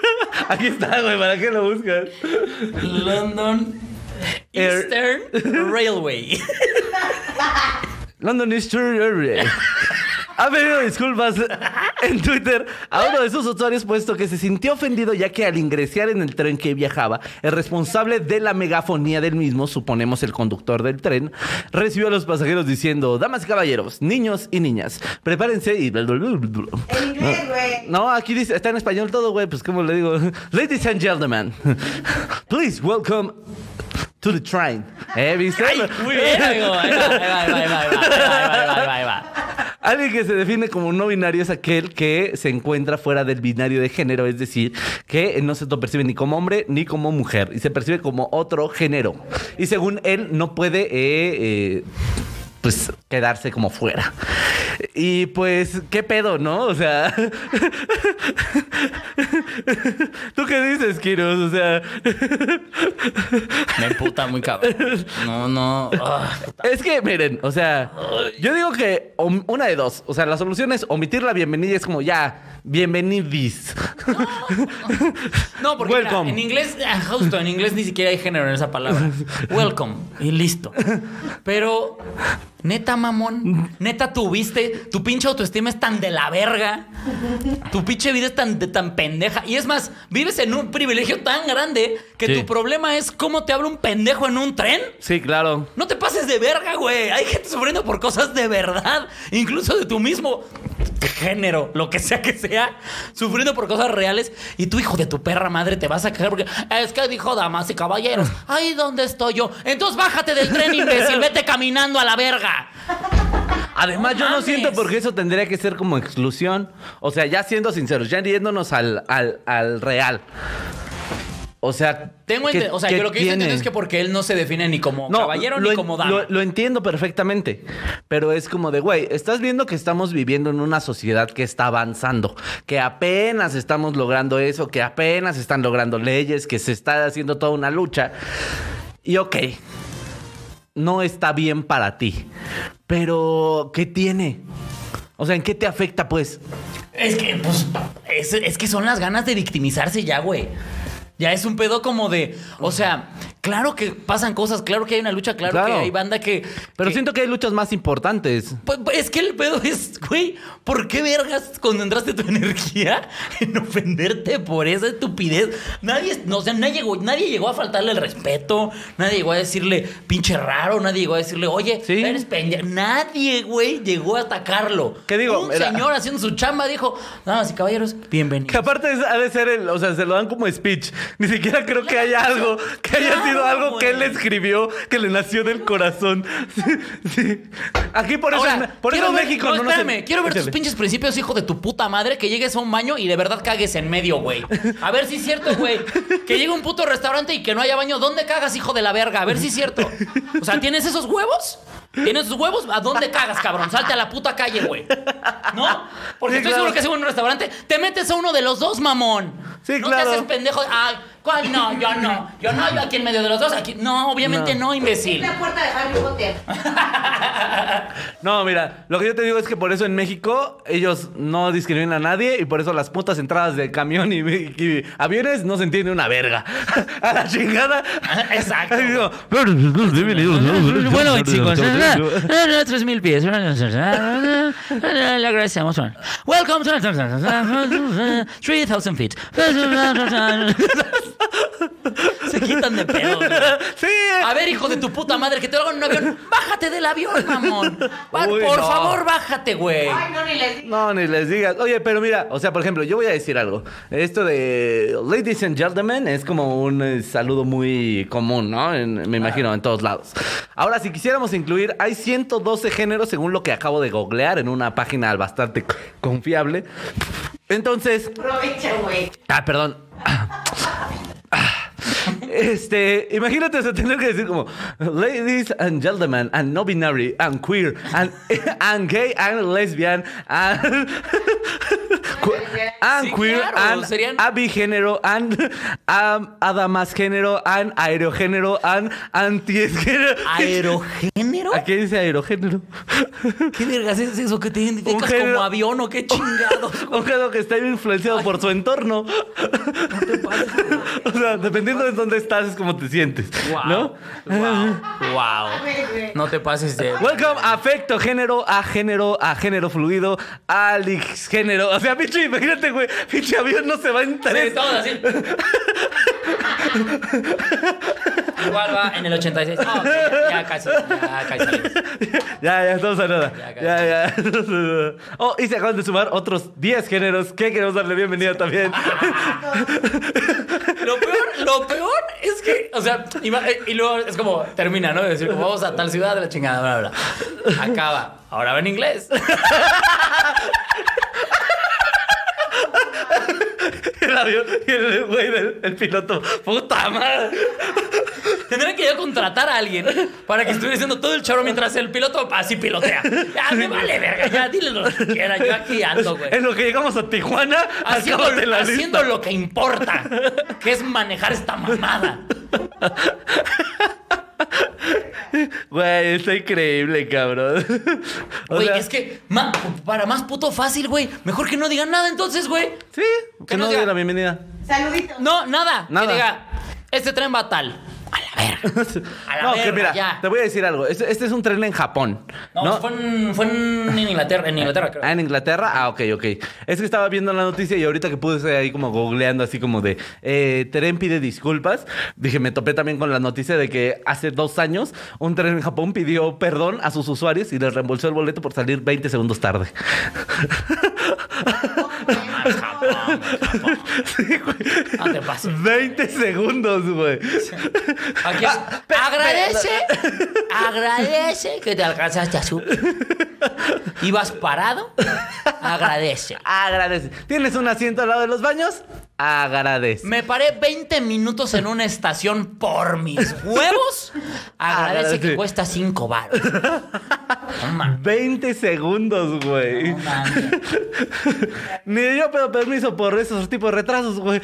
Speaker 2: Aquí está, güey, ¿para qué lo buscas?
Speaker 1: London
Speaker 2: Air-
Speaker 1: Eastern Railway.
Speaker 2: London Eastern Airway. Ha pedido disculpas en Twitter a uno de sus usuarios puesto que se sintió ofendido ya que al ingresar en el tren que viajaba, el responsable de la megafonía del mismo, suponemos el conductor del tren, recibió a los pasajeros diciendo, damas y caballeros, niños y niñas, prepárense y...
Speaker 3: En inglés, güey.
Speaker 2: No, aquí dice, está en español todo, güey, pues ¿cómo le digo? Ladies and gentlemen, please welcome to the train. ¿Eh, viste?
Speaker 1: Muy bien, amigo. Ahí va, ahí va, ahí va, ahí va, ahí va, ahí va, ahí va, ahí va.
Speaker 2: Alguien que se define como no binario es aquel que se encuentra fuera del binario de género, es decir, que no se lo percibe ni como hombre ni como mujer y se percibe como otro género. Y según él, no puede, eh, eh, pues, quedarse como fuera. Y pues, ¿qué pedo, no? O sea, ¿tú qué dices, Kiros? O sea,
Speaker 1: Me emputa muy cabrón. No, no. ah.
Speaker 2: Es que, miren, o sea, yo digo que om- una de dos. O sea, la solución es omitir la bienvenida y es como ya, bienvenidis.
Speaker 1: No, porque mira,
Speaker 2: Welcome.
Speaker 1: en inglés, ah, justo, en inglés ni siquiera hay género en esa palabra. Welcome. Y listo. Pero, neta, mamón, neta, tuviste, tu pinche autoestima es tan de la verga. Tu pinche vida es tan, de- tan pendeja. Y es más, vives en un privilegio tan grande que
Speaker 2: Sí.
Speaker 1: tu problema es cómo te habla un pendejo en un tren.
Speaker 2: Sí, claro.
Speaker 1: No te pases de verga, güey. Hay gente sufriendo por cosas de verdad. Incluso de tu mismo género, lo que sea que sea, sufriendo por cosas reales y tú, hijo de tu perra madre, te vas a cagar porque es que dijo damas y caballeros, ahí donde estoy yo. Entonces bájate del tren, imbécil, vete caminando a la verga.
Speaker 2: Además,
Speaker 1: ¡No
Speaker 2: yo no
Speaker 1: mames!
Speaker 2: siento por qué eso tendría que ser como exclusión. O sea, ya siendo sinceros, ya yéndonos al, al, al real. O sea,
Speaker 1: Tengo ente-
Speaker 2: ¿qué-
Speaker 1: o sea,
Speaker 2: qué
Speaker 1: yo lo que yo
Speaker 2: tiene?
Speaker 1: entiendo es que porque él no se define ni como caballero
Speaker 2: lo
Speaker 1: ni
Speaker 2: en-
Speaker 1: como dama.
Speaker 2: Lo, lo entiendo perfectamente, pero es como de, güey, estás viendo que estamos viviendo en una sociedad que está avanzando, que apenas estamos logrando eso, que apenas están logrando leyes, que se está haciendo toda una lucha. Y ok, no está bien para ti, pero ¿qué tiene? O sea, ¿en qué te afecta, pues?
Speaker 1: Es que, pues, es, es que son las ganas de victimizarse ya, güey. Ya es un pedo como de, o sea, claro que pasan cosas, claro que hay una lucha, claro, que
Speaker 2: Claro.
Speaker 1: hay banda que...
Speaker 2: Pero
Speaker 1: que-
Speaker 2: siento que hay luchas más importantes.
Speaker 1: Pues, pues, es que el pedo es, güey, ¿por qué vergas concentraste tu energía en ofenderte por esa estupidez? Nadie, no, o sea, nadie, llegó- nadie llegó a faltarle el respeto, nadie llegó a decirle pinche raro, nadie llegó a decirle, oye,
Speaker 2: Sí.
Speaker 1: eres pendejo. Nadie, güey, llegó a atacarlo.
Speaker 2: ¿Qué digo?
Speaker 1: Un
Speaker 2: Era-
Speaker 1: señor haciendo su chamba dijo, damas y caballeros, bienvenidos.
Speaker 2: Que aparte es- ha de ser el, o sea, se lo dan como speech. Ni siquiera creo que haya algo, que haya
Speaker 1: Claro,
Speaker 2: sido algo que él
Speaker 1: güey.
Speaker 2: escribió, que le nació del corazón. Sí, sí. Aquí por eso, en-
Speaker 1: Ahora,
Speaker 2: por eso
Speaker 1: quiero
Speaker 2: en
Speaker 1: ver-
Speaker 2: México
Speaker 1: no,
Speaker 2: no nos-
Speaker 1: espérame, quiero ver tus
Speaker 2: Échale.
Speaker 1: pinches principios, hijo de tu puta madre, que llegues a un baño y de verdad cagues en medio, güey. A ver si es cierto, güey. Que llegue un puto restaurante y que no haya baño, ¿dónde cagas, hijo de la verga? A ver si es cierto. O sea, ¿tienes esos huevos? ¿Tienes esos huevos? ¿A dónde cagas, cabrón? Salte a la puta calle, güey. ¿No? Porque
Speaker 2: Sí,
Speaker 1: estoy
Speaker 2: claro.
Speaker 1: seguro que si vas a un restaurante, te metes a uno de los dos, mamón.
Speaker 2: Sí,
Speaker 1: no
Speaker 2: claro.
Speaker 1: te haces pendejo. Ay, ¿cuál? No, yo no. Yo no, yo aquí en medio de los dos. Aquí. No, obviamente no,
Speaker 3: Es
Speaker 1: imbécil.
Speaker 3: la puerta de Harry Potter.
Speaker 2: No, mira, lo que yo te digo es que por eso en México ellos no discriminan a nadie y por eso las putas entradas de camión y, y aviones no se entiende una verga. A la chingada.
Speaker 1: Exacto.
Speaker 2: Ahí digo,
Speaker 4: Bueno, chicos, tres mil pies. Le agradecemos. Welcome to 3000 feet.
Speaker 1: Se quitan de pedo, güey.
Speaker 2: Sí,
Speaker 1: A ver, hijo de tu puta madre, que te lo hagan en un avión. Bájate del avión, mamón. Va-
Speaker 2: Uy,
Speaker 1: por
Speaker 2: no.
Speaker 1: favor, bájate, güey.
Speaker 3: Ay, no, ni les digo.
Speaker 2: No, ni les digas. Oye, pero mira, o sea, por ejemplo, yo voy a decir algo. Esto de Ladies and Gentlemen es como un eh, saludo muy común, ¿no? En- me imagino, en todos lados. Ahora, si quisiéramos incluir, hay 112 géneros según lo que acabo de googlear en una página bastante confiable. Entonces,
Speaker 3: Aprovecha, güey.
Speaker 2: Ah, perdón. Este, imagínate o sea, tener que decir como ladies and gentlemen and no binary and queer and, and gay and lesbian and, and
Speaker 1: Sí,
Speaker 2: queer
Speaker 1: claro,
Speaker 2: and
Speaker 1: serían-
Speaker 2: abigénero and um, adamasgénero and aerogénero and antiesgénero.
Speaker 1: ¿Aerogénero?
Speaker 2: Aquí dice aerogénero.
Speaker 1: ¿Qué vergas es eso que te
Speaker 2: Un
Speaker 1: identificas
Speaker 2: género-
Speaker 1: como avión o qué chingados?
Speaker 2: Un género que está influenciado por su entorno. o sea, dependiendo de dónde estás es como te sientes.
Speaker 1: Wow.
Speaker 2: ¿No?
Speaker 1: Wow. Wow.
Speaker 3: Ay, güey.
Speaker 1: No te pases de.
Speaker 2: Welcome a afecto, género, a género, a género fluido, al género. O sea, pinche, imagínate, güey. Pinche avión no se va en
Speaker 1: Sí,
Speaker 2: tres.
Speaker 1: Estamos así. Igual va en el 86. Ah, ok, ya casi. Ya casi. salimos.
Speaker 2: ya, ya, estamos a nada.
Speaker 1: Ya, ya.
Speaker 2: Ya, ya. Oh, y se acaban de sumar otros 10 géneros que queremos darle bienvenida también.
Speaker 1: Lo peor, lo peor es que, o sea, y, va- y luego es como, termina, ¿no? De decir, como, vamos a tal ciudad, la chingada, bla, bla, bla. Acaba. Ahora va en inglés.
Speaker 2: el avión y el güey del el piloto. Puta madre.
Speaker 1: Tendría que yo contratar a alguien para que estuviera haciendo todo el choro mientras el piloto así pilotea. Ya, me vale, verga, ya, dile lo que quiera. Yo aquí ando, güey.
Speaker 2: En lo que llegamos a Tijuana,
Speaker 1: Haciendo,
Speaker 2: acábate la
Speaker 1: haciendo
Speaker 2: lista.
Speaker 1: lo que importa, que es manejar esta mamada.
Speaker 2: Güey, está increíble, cabrón. O
Speaker 1: Güey,
Speaker 2: sea,
Speaker 1: es que ma- para más puto fácil, güey. Mejor que no digan nada entonces, güey.
Speaker 2: Sí, que,
Speaker 1: no
Speaker 2: no dé
Speaker 1: diga-
Speaker 2: la bienvenida.
Speaker 3: Saluditos.
Speaker 1: No, nada.
Speaker 2: Nada.
Speaker 1: Que diga, este tren va tal. A la verga. A la
Speaker 2: no,
Speaker 1: verga,
Speaker 2: que mira,
Speaker 1: ya.
Speaker 2: te voy a decir algo. Este, este es un tren en Japón.
Speaker 1: No,
Speaker 2: No,
Speaker 1: Fue, en, fue en Inglaterra, en Inglaterra creo.
Speaker 2: Ah, en Inglaterra. Ah, ok, ok. Es que estaba viendo la noticia y ahorita que pude estar ahí como googleando así como de eh, tren pide disculpas. Dije, me topé también con la noticia de que hace dos años un tren en Japón pidió perdón a sus usuarios y les reembolsó el boleto por salir 20 segundos tarde.
Speaker 1: Ah, Japón, Japón. No te pases.
Speaker 2: 20 segundos, güey.
Speaker 1: Aquí-
Speaker 2: Ah,
Speaker 1: agradece, agradece que te alcanzaste a su. Ibas parado, agradece.
Speaker 2: Agradece. ¿Tienes un asiento al lado de los baños? Agradece.
Speaker 1: Me paré 20 minutos en una estación por mis huevos. Agradece
Speaker 2: Agradece.
Speaker 1: que cuesta 5 baros.
Speaker 2: 20 segundos, güey. Ni yo pedo permiso por esos tipos de retrasos, güey.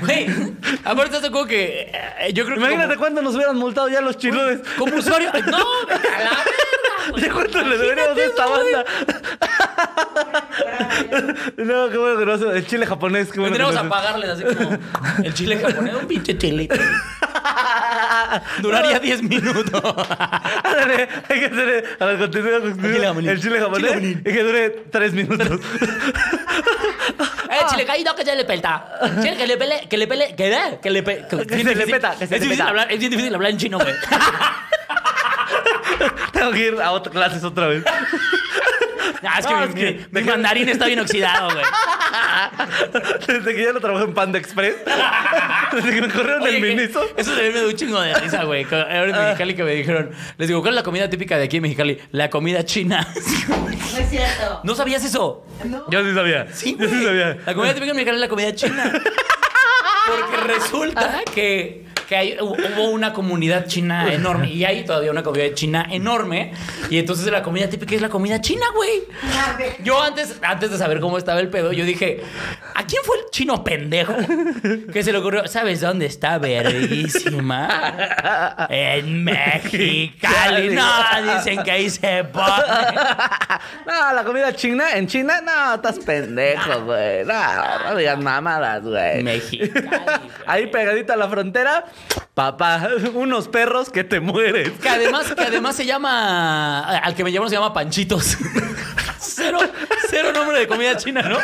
Speaker 1: Güey, aparte te acuerdo que eh, yo creo que
Speaker 2: Imagínate
Speaker 1: como,
Speaker 2: cuánto nos hubieran multado ya los chiludes.
Speaker 1: como usuario, no, vete a la verga, güey.
Speaker 2: ¿De cuánto le deberíamos a esta banda? no, qué bueno que no se- El chile japonés, qué bueno. que
Speaker 1: Tendríamos
Speaker 2: no
Speaker 1: a
Speaker 2: se-
Speaker 1: pagarles así como el chile japonés, un pinche chilito. Duraría 10 minutos.
Speaker 2: Ándale, Hay que hacer a los contenidos
Speaker 1: japonés.
Speaker 2: el chile japonés
Speaker 1: Chile
Speaker 2: y que dure tres minutos.
Speaker 1: Eh, chile caído que se le pelta. Chile que le pele, que le pele, que le, que le pe-
Speaker 2: Que
Speaker 1: es
Speaker 2: se le
Speaker 1: difícil-
Speaker 2: peta, que se
Speaker 1: es
Speaker 2: le
Speaker 1: difícil
Speaker 2: peta.
Speaker 1: hablar- Es bien difícil hablar en chino, güey.
Speaker 2: Tengo que ir a otras clases otra vez.
Speaker 1: Ah, es que,
Speaker 2: No,
Speaker 1: mi,
Speaker 2: es que-
Speaker 1: mi- mi mandarín está bien oxidado, güey.
Speaker 2: Desde que ya no trabajo en Panda Express. Desde que me corrieron
Speaker 1: Oye,
Speaker 2: del Ah.
Speaker 1: que-
Speaker 2: ministro.
Speaker 1: Eso también me dio un chingo de risa, güey. Co- Ahora en Mexicali que me dijeron, les digo, ¿cuál es la comida típica de aquí en Mexicali? La comida china.
Speaker 3: No es cierto.
Speaker 1: ¿No sabías eso?
Speaker 2: Yo sí sabía.
Speaker 1: Sí,
Speaker 2: yo sí
Speaker 1: güey.
Speaker 2: sabía.
Speaker 1: La comida típica en Mexicali es la comida china. Porque resulta
Speaker 2: Ah.
Speaker 1: que, que hay- hu- hubo una comunidad china enorme. Y hay todavía una comunidad china enorme. Y entonces la comida típica es la comida china, güey. Yo antes, antes de saber cómo estaba el pedo, yo dije, ¿a quién fue el chino pendejo? Que se le ocurrió, ¿sabes dónde está verguísima? En Mexicali. No, dicen que ahí se pone.
Speaker 2: No, la comida china en China, no, estás pendejo, güey. No, no digas mamadas, güey.
Speaker 1: Mexicali.
Speaker 2: Ahí pegadita a la frontera, papá, unos perros que te mueres.
Speaker 1: Que además, que además se llama. Al que me llamaron se llama Panchitos. Cero, cero nombre de comida china, ¿no?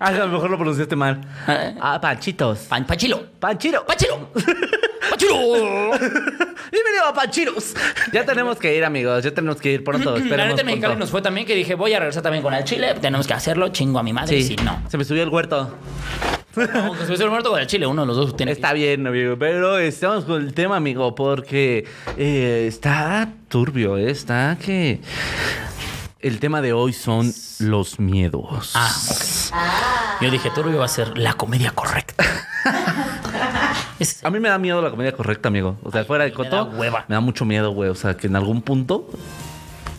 Speaker 2: Ah, a lo mejor lo pronunciaste mal.
Speaker 1: ¿Eh?
Speaker 2: Ah, panchitos.
Speaker 1: Pan, panchilo.
Speaker 2: Panchiro.
Speaker 1: Panchilo. Panchilo.
Speaker 2: Bienvenido a Panchiros. Ya tenemos que ir, amigos. Ya tenemos que ir pronto.
Speaker 1: La
Speaker 2: Esperemos
Speaker 1: neta en Mexicali
Speaker 2: pronto.
Speaker 1: nos fue también que dije, voy a regresar también con el chile. Tenemos que hacerlo, chingo a mi madre. Si no.
Speaker 2: Se me subió el huerto.
Speaker 1: Aunque estuviese muerto con el chile, uno de los dos tiene. que-
Speaker 2: Está bien, amigo, pero estamos con el tema, amigo, porque eh, está turbio, eh, está que el tema de hoy son los miedos.
Speaker 1: Ah, ok. Yo dije, Turbio va a ser la comedia correcta. Es-
Speaker 2: A mí me da miedo la comedia correcta, amigo. O sea, fuera de
Speaker 1: a mí me
Speaker 2: coto,
Speaker 1: da hueva.
Speaker 2: me da mucho miedo, güey. O sea, que en algún punto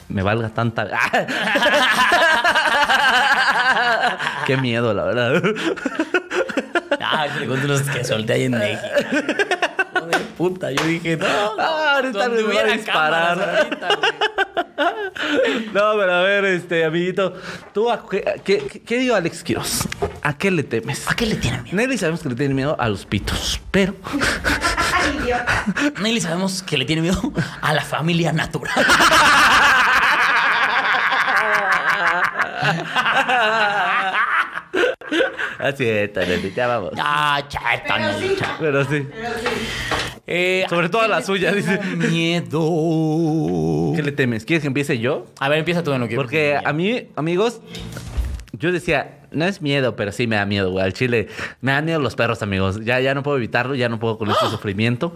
Speaker 2: me valga tanta. Qué miedo, la verdad.
Speaker 1: Ah, que le cuento los que solté ahí en México. Hijo de puta, yo dije, no. no,
Speaker 2: Ah, ahorita
Speaker 1: donde
Speaker 2: les voy a
Speaker 1: hubiera
Speaker 2: disparar.
Speaker 1: cámaras ahorita, güey.
Speaker 2: No, pero a ver, este, amiguito, tú a qué, a qué- qué- qué digo, Alex Quiroz? ¿A qué le temes?
Speaker 1: ¿A qué le tiene miedo?
Speaker 2: Nelly sabemos que le tiene miedo a los pitos, pero
Speaker 3: Ay, idiota.
Speaker 1: Nelly sabemos que le tiene miedo a la familia natural.
Speaker 2: así es, Nelly, ya vamos.
Speaker 1: Ah, chata,
Speaker 3: Pero
Speaker 1: Nelly,
Speaker 3: sí.
Speaker 1: chata.
Speaker 2: Pero sí,
Speaker 3: Pero sí.
Speaker 1: Eh,
Speaker 2: Sobre
Speaker 1: ¿a
Speaker 2: todo
Speaker 1: qué
Speaker 2: a la
Speaker 1: le
Speaker 2: suya,
Speaker 1: tengo
Speaker 2: dice.
Speaker 1: Miedo.
Speaker 2: ¿qué le temes? ¿Quieres que empiece yo?
Speaker 1: A ver, empieza tú en lo que
Speaker 2: Porque a mí, amigos, yo decía, no es miedo, pero sí me da miedo, güey. Al chile, me dan miedo los perros, amigos. Ya, ya no puedo evitarlo, ya no puedo con este sufrimiento.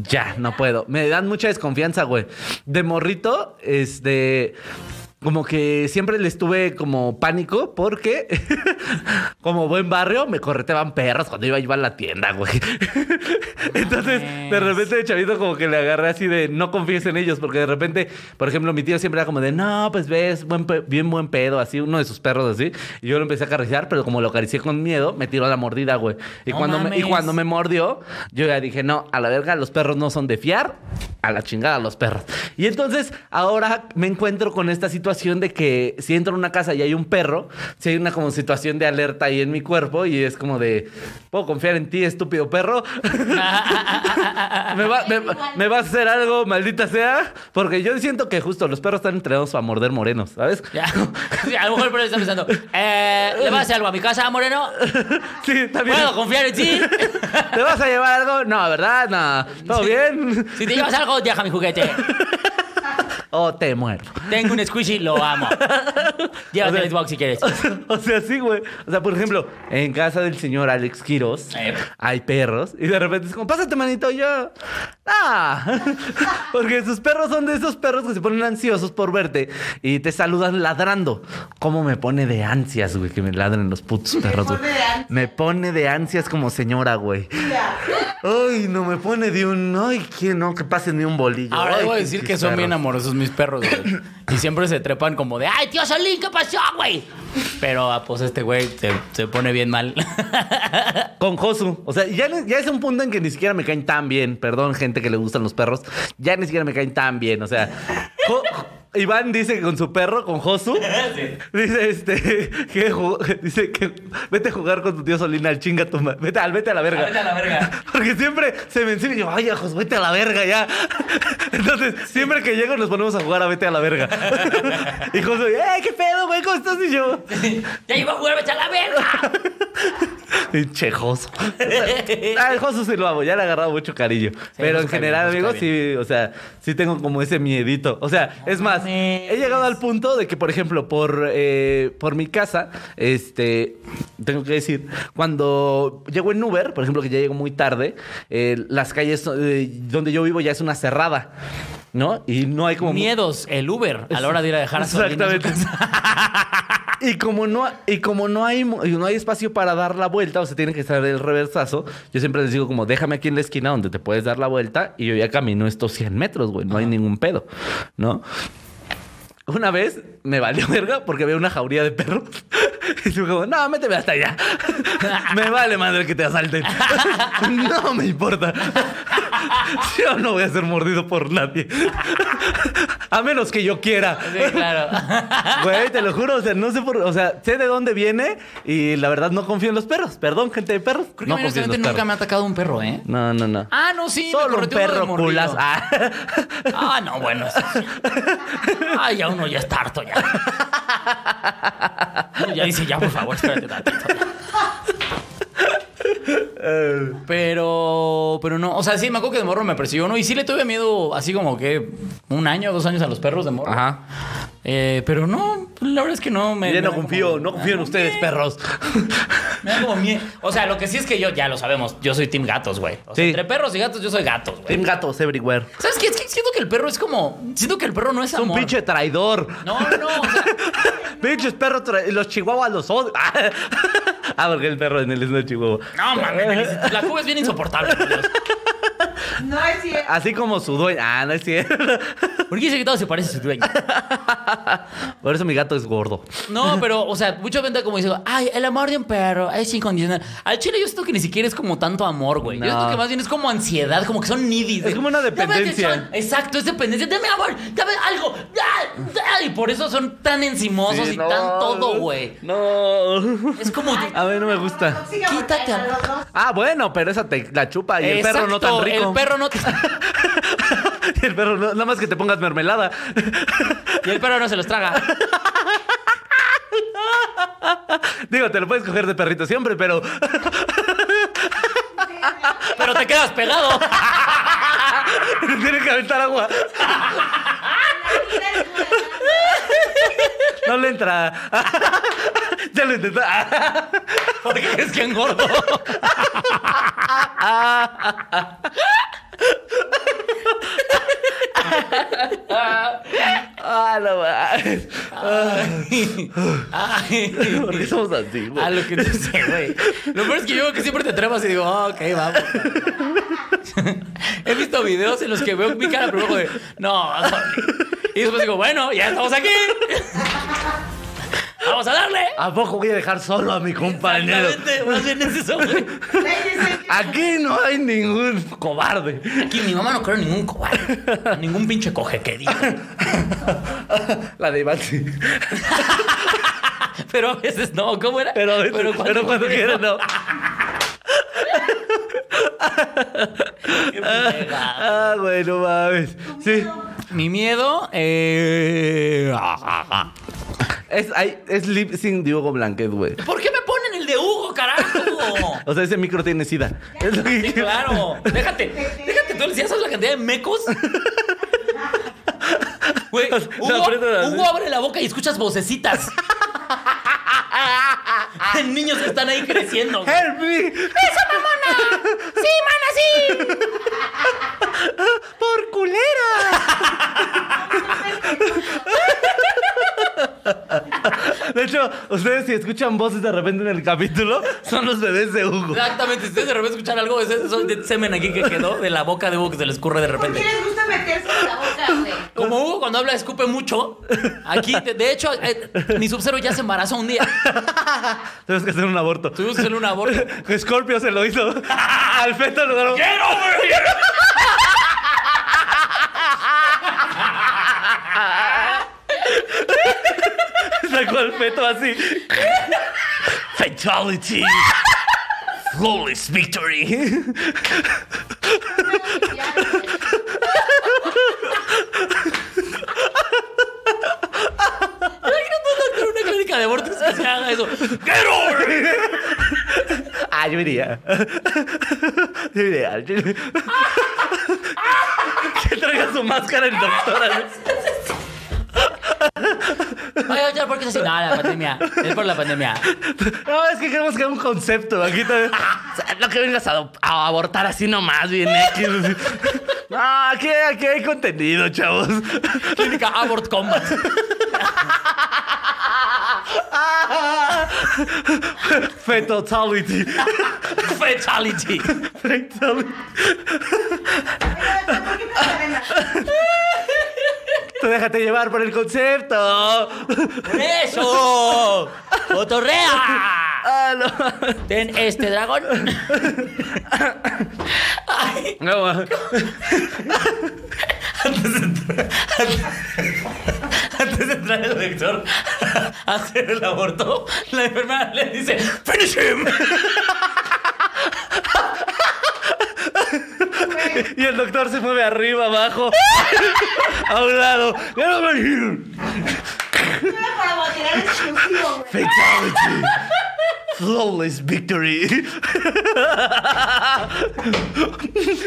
Speaker 2: Ya, no puedo. Me dan mucha desconfianza, güey. De morrito, este. Como que siempre les tuve como pánico porque, como buen barrio, me correteaban perros cuando iba, iba a la tienda, güey. Entonces, de repente de chavito como que le agarré así de no confíes en ellos, porque de repente, por ejemplo, mi tío siempre era como de, no, pues ves, buen pe- bien buen pedo, así, uno de sus perros así. Y yo lo empecé a acariciar, pero como lo acaricié con miedo, me tiró la mordida, güey. Y,
Speaker 1: No
Speaker 2: cuando me, y
Speaker 1: mames.
Speaker 2: cuando me mordió, yo ya dije, no, a la verga, los perros no son de fiar, a la chingada los perros. Y entonces ahora me encuentro con esta situación de que si entro a una casa y hay un perro, si hay una como situación de alerta ahí en mi cuerpo y es como de, ¿puedo confiar en ti, estúpido perro? me, va- me- me vas a hacer algo, maldita sea, porque yo siento que justo los perros están entrenados para morder morenos, ¿sabes?
Speaker 1: Ya. Sí, a lo mejor el perro está pensando, eh, ¿le vas a hacer algo a mi casa, Moreno?
Speaker 2: Sí, también.
Speaker 1: ¿Puedo confiar en ti?
Speaker 2: ¿Te vas a llevar algo? No, ¿verdad? No. ¿Todo bien?
Speaker 1: Si te llevas algo, deja mi juguete.
Speaker 2: O te muero.
Speaker 1: Tengo un squishy, lo amo. Llévate el Xbox si quieres.
Speaker 2: o sea, sí, güey. O sea, por ejemplo, en casa del señor Alex Quiroz
Speaker 1: Eh.
Speaker 2: hay perros y de repente es como, pásate, manito, y yo. Ah, porque sus perros son de esos perros que se ponen ansiosos por verte y te saludan ladrando. ¿Cómo me pone de ansias, güey, que me ladren los putos perros, güey?
Speaker 3: pone de ansias.
Speaker 2: Me pone de ansias como señora, güey.
Speaker 3: Mira,
Speaker 2: Ay, no me pone de un. Ay, que no, que pase ni un bolillo.
Speaker 1: Ahora
Speaker 2: Ay,
Speaker 1: debo decir que
Speaker 2: pinches
Speaker 1: son
Speaker 2: perros.
Speaker 1: bien amorosos mis perros, güey. Y siempre se trepan como de, ¡ay, tío Solín, qué pasó, güey! Pero, ah, pues este güey se, se pone bien mal.
Speaker 2: Con Josu. O sea, ya, ya es un punto en que ni siquiera me caen tan bien. Perdón, gente que le gustan los perros. Ya ni siquiera me caen tan bien. O sea, Jo- Iván dice que con su perro, con Josu, dice este que ju- dice que vete a jugar con tu tío Solina al chinga tu ma- Vete al vete a la verga.
Speaker 1: Ah, Vete a la verga.
Speaker 2: Porque siempre se me encima y yo, ay, Jos, vete a la verga ya. Entonces, siempre que llego nos ponemos a jugar a vete a la verga. y Josu, ¡eh, qué pedo, güey! ¿Cómo estás? Y yo,
Speaker 1: ¡Ya iba a jugar, vete a la verga!
Speaker 2: Pinche Josu. Ah, el Josu sí lo amo, ya le he agarrado mucho cariño.
Speaker 1: Josu
Speaker 2: Pero en
Speaker 1: está
Speaker 2: general,
Speaker 1: bien, Josu
Speaker 2: amigos,
Speaker 1: está
Speaker 2: sí, o sea, sí tengo como ese miedito. O sea, es más,
Speaker 1: mames.
Speaker 2: he llegado al punto de que, por ejemplo, por, eh, por mi casa, este, tengo que decir, cuando llego en Uber, por ejemplo, que ya llego muy tarde, eh, las calles eh, donde yo vivo ya es una cerrada, ¿no? Y no hay como...
Speaker 1: Miedos, el Uber, a la hora de ir a dejar a Solín a su
Speaker 2: Exactamente.
Speaker 1: casa.
Speaker 2: Y como no, y como no hay y no hay espacio para dar la vuelta, o sea, tiene que estar el reversazo, yo siempre les digo como, déjame aquí en la esquina donde te puedes dar la vuelta y yo ya camino estos 100 metros, güey, no hay ningún pedo, ¿no? Una vez me valió verga porque había una jauría de perros. Y yo como, no, méteme hasta allá. me vale madre que te asalten. no me importa. yo no voy a ser mordido por nadie. a menos que yo quiera.
Speaker 1: Sí, claro.
Speaker 2: Güey, te lo juro, o sea, no sé por, o sea, sé de dónde viene y la verdad no confío en los perros. Perdón, gente de perros.
Speaker 1: Creo que
Speaker 2: no confío en
Speaker 1: honestamente
Speaker 2: los
Speaker 1: nunca
Speaker 2: perros.
Speaker 1: me ha atacado un perro, ¿eh?
Speaker 2: No, no, no.
Speaker 1: Ah, no, sí. me
Speaker 2: Solo un
Speaker 1: correteó uno de
Speaker 2: perro
Speaker 1: mordido.
Speaker 2: culas. Ah.
Speaker 1: Ah, no, bueno. eso sí. Ay, ya uno ya está harto ya. Uno ya dice, ya, por favor, espérate tantito. Pero, pero no, o sea, sí, me acuerdo que de morro me persiguió uno y sí le tuve miedo así como que un año, dos años a los perros de morro.
Speaker 2: Ajá.
Speaker 1: Eh, pero no, la verdad es que no me...
Speaker 2: Ya
Speaker 1: me
Speaker 2: no
Speaker 1: da como- Ah.
Speaker 2: confío, no confío en ustedes, perros.
Speaker 1: Me da como miedo. O sea, lo que sí es que yo, ya lo sabemos, yo soy team gatos, güey. O sea,
Speaker 2: Sí.
Speaker 1: entre perros y gatos yo soy gatos, güey.
Speaker 2: Team gatos everywhere.
Speaker 1: ¿Sabes qué? Es que siento que el perro es como. Siento que el perro no es
Speaker 2: Un
Speaker 1: amor.
Speaker 2: pinche traidor.
Speaker 1: No, no, no. O sea,
Speaker 2: Pinches perros tra- los chihuahuas los odio. ah, porque el perro en el es no chihuahua.
Speaker 1: no, mames. La cuba es bien insoportable. por Dios.
Speaker 3: no es cierto.
Speaker 2: Así como su dueño. Ah, no es cierto.
Speaker 1: ¿Por qué ese gritado se parece a su dueño?
Speaker 2: Por eso mi gato es gordo.
Speaker 1: No, pero, o sea, mucha gente como dice, ay, el amor de un perro es incondicional. Al chile yo siento que ni siquiera es como tanto amor, güey. Yo
Speaker 2: No.
Speaker 1: siento que más bien es como ansiedad, como que son needy. de-
Speaker 2: como una
Speaker 1: "Dame
Speaker 2: dependencia".
Speaker 1: atención. Exacto, es dependencia. Dame amor, dame algo. ¡Ah! ¡Ah! Y por eso son tan encimosos y tan todo, güey.
Speaker 2: No.
Speaker 1: Es como... de-
Speaker 2: A mí no me gusta.
Speaker 3: Siga
Speaker 1: Quítate
Speaker 3: volteando
Speaker 1: a-
Speaker 3: los dos.
Speaker 2: Ah, bueno, pero esa te la chupa y el perro no
Speaker 1: Exacto,
Speaker 2: tan rico.
Speaker 1: El perro no...
Speaker 2: Y el perro, no- nada más que te pongas mermelada.
Speaker 1: Y el perro no se los traga.
Speaker 2: Digo, te lo puedes coger de perrito siempre, pero
Speaker 1: Pero te quedas pegado.
Speaker 2: tiene que aventar agua. No le entra. Ya lo intentó.
Speaker 1: Porque es que engordo.
Speaker 2: Ah, no mames.
Speaker 1: Ay.
Speaker 2: ¿Por qué somos así, güey?
Speaker 1: A lo que no sé, güey. Lo peor es que yo veo que siempre te trabas y digo, ah, ok, vamos. He visto videos en los que veo mi cara, pero luego de, no. vamos". Y después digo, bueno, ya estamos aquí. ¡Vamos a darle!
Speaker 2: ¿A poco voy a dejar solo a mi compañero?
Speaker 1: Exactamente, más bien es eso, güey.
Speaker 2: Aquí no hay ningún cobarde.
Speaker 1: Aquí mi mamá no creo en ningún cobarde. Ningún pinche coge que diga.
Speaker 2: La de Iván sí.
Speaker 1: Pero a veces no, ¿cómo era?
Speaker 2: Pero, pero cuando, quieres, no.
Speaker 1: Qué pendeja.
Speaker 2: Ah, bueno, mames. Sí.
Speaker 1: Mi miedo, eh...
Speaker 2: Es, hay, es lip sin Diogo Blanquet, güey.
Speaker 1: ¿Por qué me ponen el de Hugo, carajo?
Speaker 2: O sea, ese micro tiene sida. Es lo que
Speaker 1: Sí,
Speaker 2: quiero.
Speaker 1: claro. Déjate, déjate tú, ¿ya sabes la cantidad de mecos? Güey,
Speaker 2: La
Speaker 1: Hugo,
Speaker 2: aprieta la-
Speaker 1: Hugo abre la boca y escuchas vocecitas. De Niños que están ahí creciendo. güey.
Speaker 2: ¡Help me!
Speaker 1: ¡Sí, man, así!
Speaker 2: ¡Por culera! De hecho, ustedes si escuchan voces de repente en el capítulo, son los bebés de Hugo.
Speaker 1: Exactamente, si ustedes de repente escuchan algo, es eso de semen aquí que quedó de la boca de Hugo que se le escurre de
Speaker 3: ¿Por
Speaker 1: repente.
Speaker 3: qué les gusta meterse en la boca, güey?
Speaker 1: Como Hugo cuando habla escupe mucho. Aquí, de, de hecho, eh, mi subcero ya se embarazó un día.
Speaker 2: Tenemos que hacer un aborto.
Speaker 1: Tuvimos que hacerle un aborto.
Speaker 2: Scorpio se lo hizo. Al feto lo dieron.
Speaker 1: ¡Quiero vivir!
Speaker 2: Sacó al feto así. Fatality. Flawless victory.
Speaker 1: Imagínate una clínica de abortos que se haga eso. ¡Quiero vivir!
Speaker 2: Ah, yo iría. Yo iría. Yo- Que traiga su máscara el doctor. así.
Speaker 1: Oye, oye, ¿por qué es así? No, la pandemia. Es por la pandemia.
Speaker 2: No, es que queremos crear un concepto. Aquí también. O sea, No que vengas a, a abortar así nomás, bien ¿eh? X. No, aquí, aquí hay contenido, chavos.
Speaker 1: Clínica Abort Combat.
Speaker 2: Fetotality.
Speaker 1: Fatality.
Speaker 2: Fatality.
Speaker 3: ¿Por qué no saben nada?
Speaker 2: Tú déjate llevar por el concepto.
Speaker 1: ¡Por ¡Eso! ¡Otorrea!
Speaker 2: Ah, no.
Speaker 1: Ten este dragón. Ay,
Speaker 2: No, ma.
Speaker 1: antes de entrar. Antes de entrar el doctor a hacer el aborto, la enfermera le dice: ¡Finish him!
Speaker 2: Y el doctor se mueve arriba, abajo, a un lado. Get over here.
Speaker 3: No era para botear exclusivo, güey.
Speaker 2: Fatality. Flawless victory.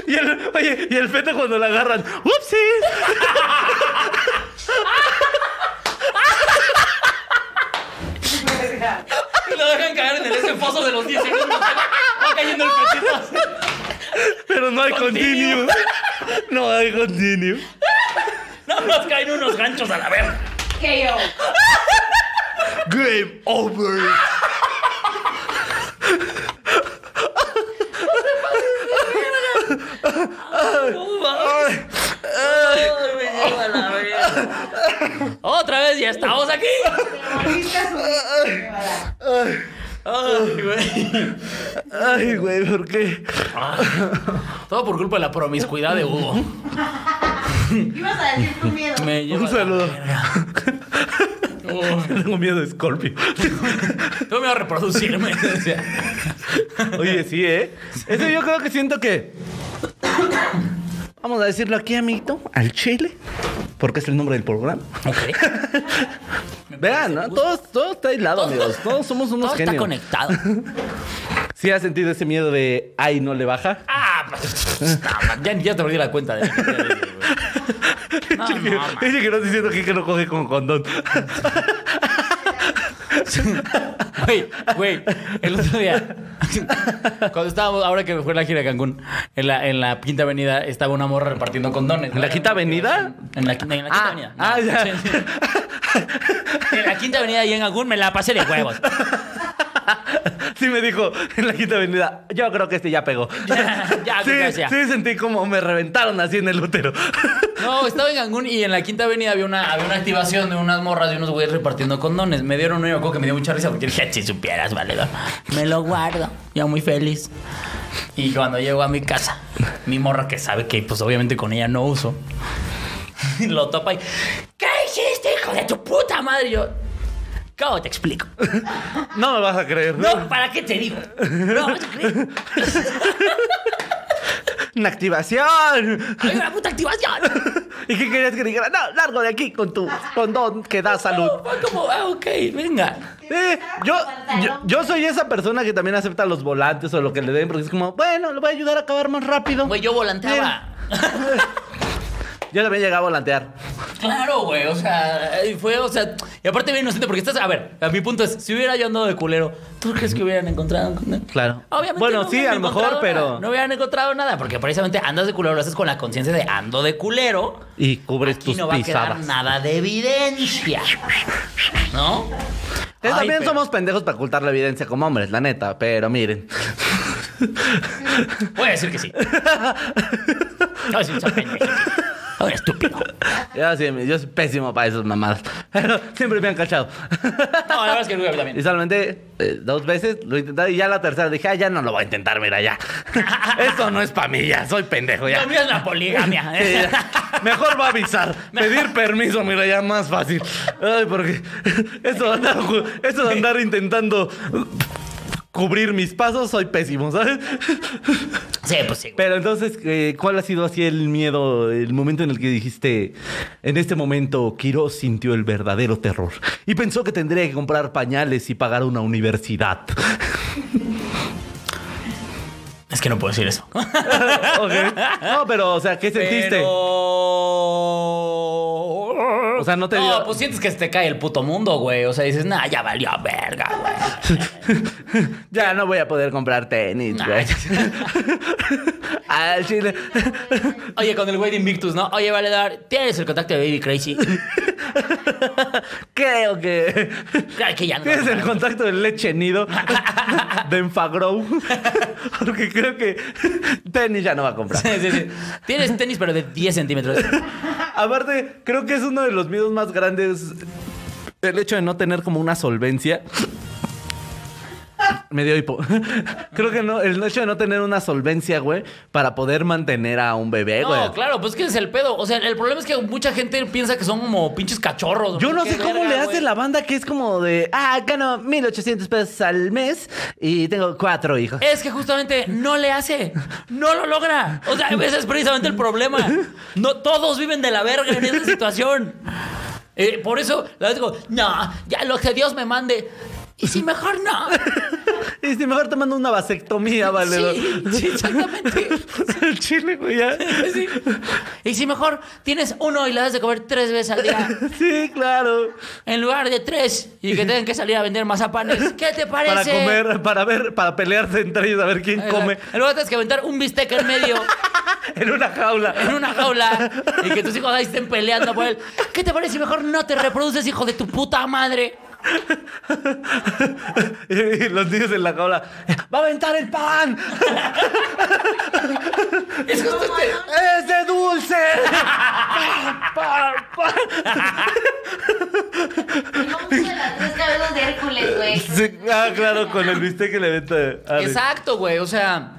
Speaker 2: y el, oye, y el feto cuando la agarran. ¡Upsis!
Speaker 1: Y lo dejan caer en el ese pozo de los 10 segundos. Va cayendo el pechito así.
Speaker 2: Pero no hay continue.
Speaker 1: Continue.
Speaker 2: No hay continue.
Speaker 1: No nos caen unos ganchos a la verga.
Speaker 3: KO.
Speaker 2: Game over. Ay,
Speaker 1: Otra vez ya estamos aquí.
Speaker 3: Ahorita su- me va a dar.
Speaker 1: Ay, güey.
Speaker 2: ay, güey, ¿por qué?
Speaker 1: Todo por culpa de la promiscuidad de Hugo.
Speaker 3: Ibas a decir tu miedo.
Speaker 1: Me lleva
Speaker 2: Un
Speaker 1: la
Speaker 2: saludo.
Speaker 1: verga. Uy,
Speaker 2: Tengo miedo de Scorpio.
Speaker 1: No me va a reproducirme. decía.
Speaker 2: Oye, sí, ¿eh? Eso yo creo que siento que. Vamos a decirlo aquí, amiguito, al chile, porque es el nombre del programa.
Speaker 1: Ok.
Speaker 2: Vean, ¿no? Todos, todos está aislado, amigos. Todos somos unos
Speaker 1: Todo
Speaker 2: genios.
Speaker 1: está conectado.
Speaker 2: ¿Sí has sentido ese miedo de, ay, no le baja?
Speaker 1: Ah, no, ya, ya te perdí la cuenta de. No,
Speaker 2: Dice que-
Speaker 1: no, man.
Speaker 2: dice que no diciendo que, que no coge con condón.
Speaker 1: Güey, güey, el otro día, cuando estábamos, ahora que fue la gira de Cancún, en la, en la quinta avenida estaba una morra repartiendo condones.
Speaker 2: ¿En la Quinta Avenida?
Speaker 1: En la, quinta- en la quinta avenida. No,
Speaker 2: ah, ya.
Speaker 1: sí, sí. En la quinta avenida y en Cancún me la pasé de huevos.
Speaker 2: Sí me dijo en la quinta avenida, yo creo que este ya pegó.
Speaker 1: Ya, ya,
Speaker 2: sí,
Speaker 1: ya.
Speaker 2: sí sentí como me reventaron así en el útero.
Speaker 1: No, estaba en Cancún y en la quinta avenida había una, había una activación de unas morras y unos güeyes repartiendo condones. Me dieron uno y me acuerdo que me dio mucha risa porque dije, "Ah, si supieras, valedor, me lo guardo. Ya muy feliz. Y cuando llego a mi casa, mi morra que sabe que, pues obviamente con ella no uso, lo topa y, ¿qué hiciste, hijo de tu puta madre? Y yo, ¿cómo te explico?
Speaker 2: No me vas a creer.
Speaker 1: No, ¿para qué te digo? No, vas a creer.
Speaker 2: Una activación.
Speaker 1: Hay una puta activación.
Speaker 2: ¿Y qué querías que dijera? No, largo de aquí con tu condón que da salud.
Speaker 1: No, fue como, ah, ok, venga.
Speaker 2: Eh, yo, yo, yo soy esa persona que también acepta los volantes o lo que le den porque es como, bueno, lo voy a ayudar a acabar más rápido.
Speaker 1: Güey, yo volanteaba.
Speaker 2: Yo también llegaba a volantear.
Speaker 1: Claro, güey, o sea, eh, fue, o sea, y aparte bien inocente porque estás, a ver, a mi punto es, si hubiera yo andado de culero, ¿tú crees que hubieran encontrado? un condón?
Speaker 2: Claro.
Speaker 1: Obviamente
Speaker 2: bueno,
Speaker 1: no
Speaker 2: sí,
Speaker 1: hubieran
Speaker 2: a lo mejor,
Speaker 1: encontrado
Speaker 2: pero...
Speaker 1: nada, No hubieran encontrado nada, porque precisamente andas de culero, lo haces con la conciencia de ando de culero
Speaker 2: Y cubres
Speaker 1: y
Speaker 2: tus
Speaker 1: no va a quedar
Speaker 2: pisadas.
Speaker 1: nada de evidencia, ¿no?
Speaker 2: Eh,
Speaker 1: Ay,
Speaker 2: también
Speaker 1: pero-
Speaker 2: somos pendejos para ocultar la evidencia como hombres, la neta, pero miren.
Speaker 1: Voy a decir que sí. No, es un pendejo. Un estúpido.
Speaker 2: Yo, sí, yo soy pésimo para esas mamadas. Pero siempre me han cachado.
Speaker 1: No, la verdad es que no, a mí también.
Speaker 2: Y solamente eh, dos veces lo intenté y ya la tercera dije, ah, ya no lo voy a intentar, mira, ya. Esto no es para mí, ya, soy pendejo, ya.
Speaker 1: La mía es la poligamia.
Speaker 2: Sí, ya. Mejor va a avisar. Pedir permiso, mira, ya más fácil. Ay, porque eso de andar, ju- eso de andar intentando cubrir mis pasos, soy pésimo, ¿sabes?
Speaker 1: Sí, pues sí. güey.
Speaker 2: Pero entonces, eh, ¿cuál ha sido así el miedo, el momento en el que dijiste, en este momento Quirós sintió el verdadero terror y pensó que tendría que comprar pañales y pagar una universidad?
Speaker 1: Es que no puedo decir eso.
Speaker 2: Ok. No, pero, o sea, ¿qué sentiste?
Speaker 1: Pero... O
Speaker 2: sea, no te
Speaker 1: No,
Speaker 2: dio-
Speaker 1: pues sientes que se te cae el puto mundo, güey. O sea, dices, nah, ya valió verga, güey.
Speaker 2: Ya no voy a poder comprar tenis,
Speaker 1: Nah.
Speaker 2: güey. Al chile.
Speaker 1: Oye, con el güey de Invictus, ¿no? Oye, vale, dar, tienes el contacto de Baby Crazy.
Speaker 2: Creo que.
Speaker 1: Claro que ya no.
Speaker 2: Tienes el contacto del leche nido de Enfagrow. Porque creo que tenis ya no va a comprar.
Speaker 1: Sí, sí, sí. Tienes tenis, pero de 10 centímetros.
Speaker 2: Aparte, creo que es uno de los miedos más grandes. El hecho de no tener como una solvencia. Me dio hipo. Creo que no, el hecho de no tener una solvencia, güey, para poder mantener a un bebé, güey.
Speaker 1: No, claro, pues que es el pedo. O sea, el problema es que mucha gente piensa que son como pinches cachorros.
Speaker 2: Yo no
Speaker 1: Qué
Speaker 2: sé cómo
Speaker 1: verga,
Speaker 2: le hace
Speaker 1: güey.
Speaker 2: la banda que es como de, ah, gano 1800 pesos al mes y tengo cuatro hijos.
Speaker 1: Es que justamente no le hace, no lo logra. O sea, ese es precisamente el problema. No todos viven de la verga en esa situación. Eh, por eso, la vez digo, no, ya lo que Dios me mande. Y si mejor no.
Speaker 2: Y si mejor te mando una vasectomía, valedor.
Speaker 1: Sí, sí, exactamente.
Speaker 2: El chile, güey, ya.
Speaker 1: Sí. Y si mejor tienes uno y le das de comer tres veces al día,
Speaker 2: Sí, claro.
Speaker 1: en lugar de tres, y que tengan que salir a vender mazapanes. ¿Qué te parece?
Speaker 2: Para comer, para ver, para pelearse entre ellos, a ver quién
Speaker 1: Exacto.
Speaker 2: come
Speaker 1: En lugar tienes que aventar un bistec en medio.
Speaker 2: en una
Speaker 1: en
Speaker 2: jaula.
Speaker 1: una jaula y que tus hijos ahí estén peleando por él. ¿Qué te parece si mejor no te reproduces, hijo de tu puta madre?
Speaker 2: Y los niños en la jaula. ¡Va a aventar el pan!
Speaker 1: Es justo este.
Speaker 2: ¡Es de dulce!
Speaker 3: Como mucho de las tres cabezas de Hércules, güey.
Speaker 2: Sí, ah, claro, con el bistec que le venta.
Speaker 1: Exacto, güey. O sea,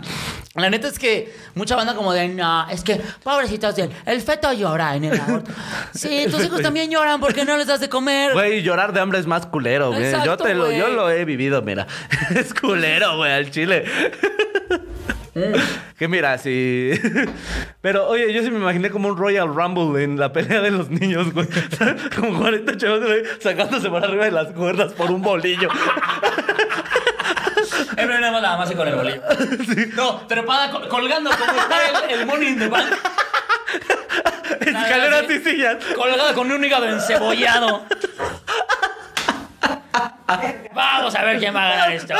Speaker 1: la neta es que mucha banda como de, no, es que, pobrecitos de él, el feto llora en el aborto. Sí, tus hijos también lloran porque no les das de comer.
Speaker 2: Güey, llorar de hambre es más culero, güey. Yo
Speaker 1: Exacto,
Speaker 2: te lo,
Speaker 1: güey.
Speaker 2: yo lo he vivido, mira. Es culero, güey, al chile. Que mira, sí. Pero oye, yo sí me imaginé como un Royal Rumble en la pelea de los niños, güey. Como 40 chavos güey, sacándose para arriba de las cuerdas por un bolillo.
Speaker 1: El problema nada más con el bolillo. No, trepada col- colgando como está el, el Money in the Bank.
Speaker 2: Escaleras y sillas.
Speaker 1: Colgada con un hígado encebollado. Vamos a ver quién va a ganar esto.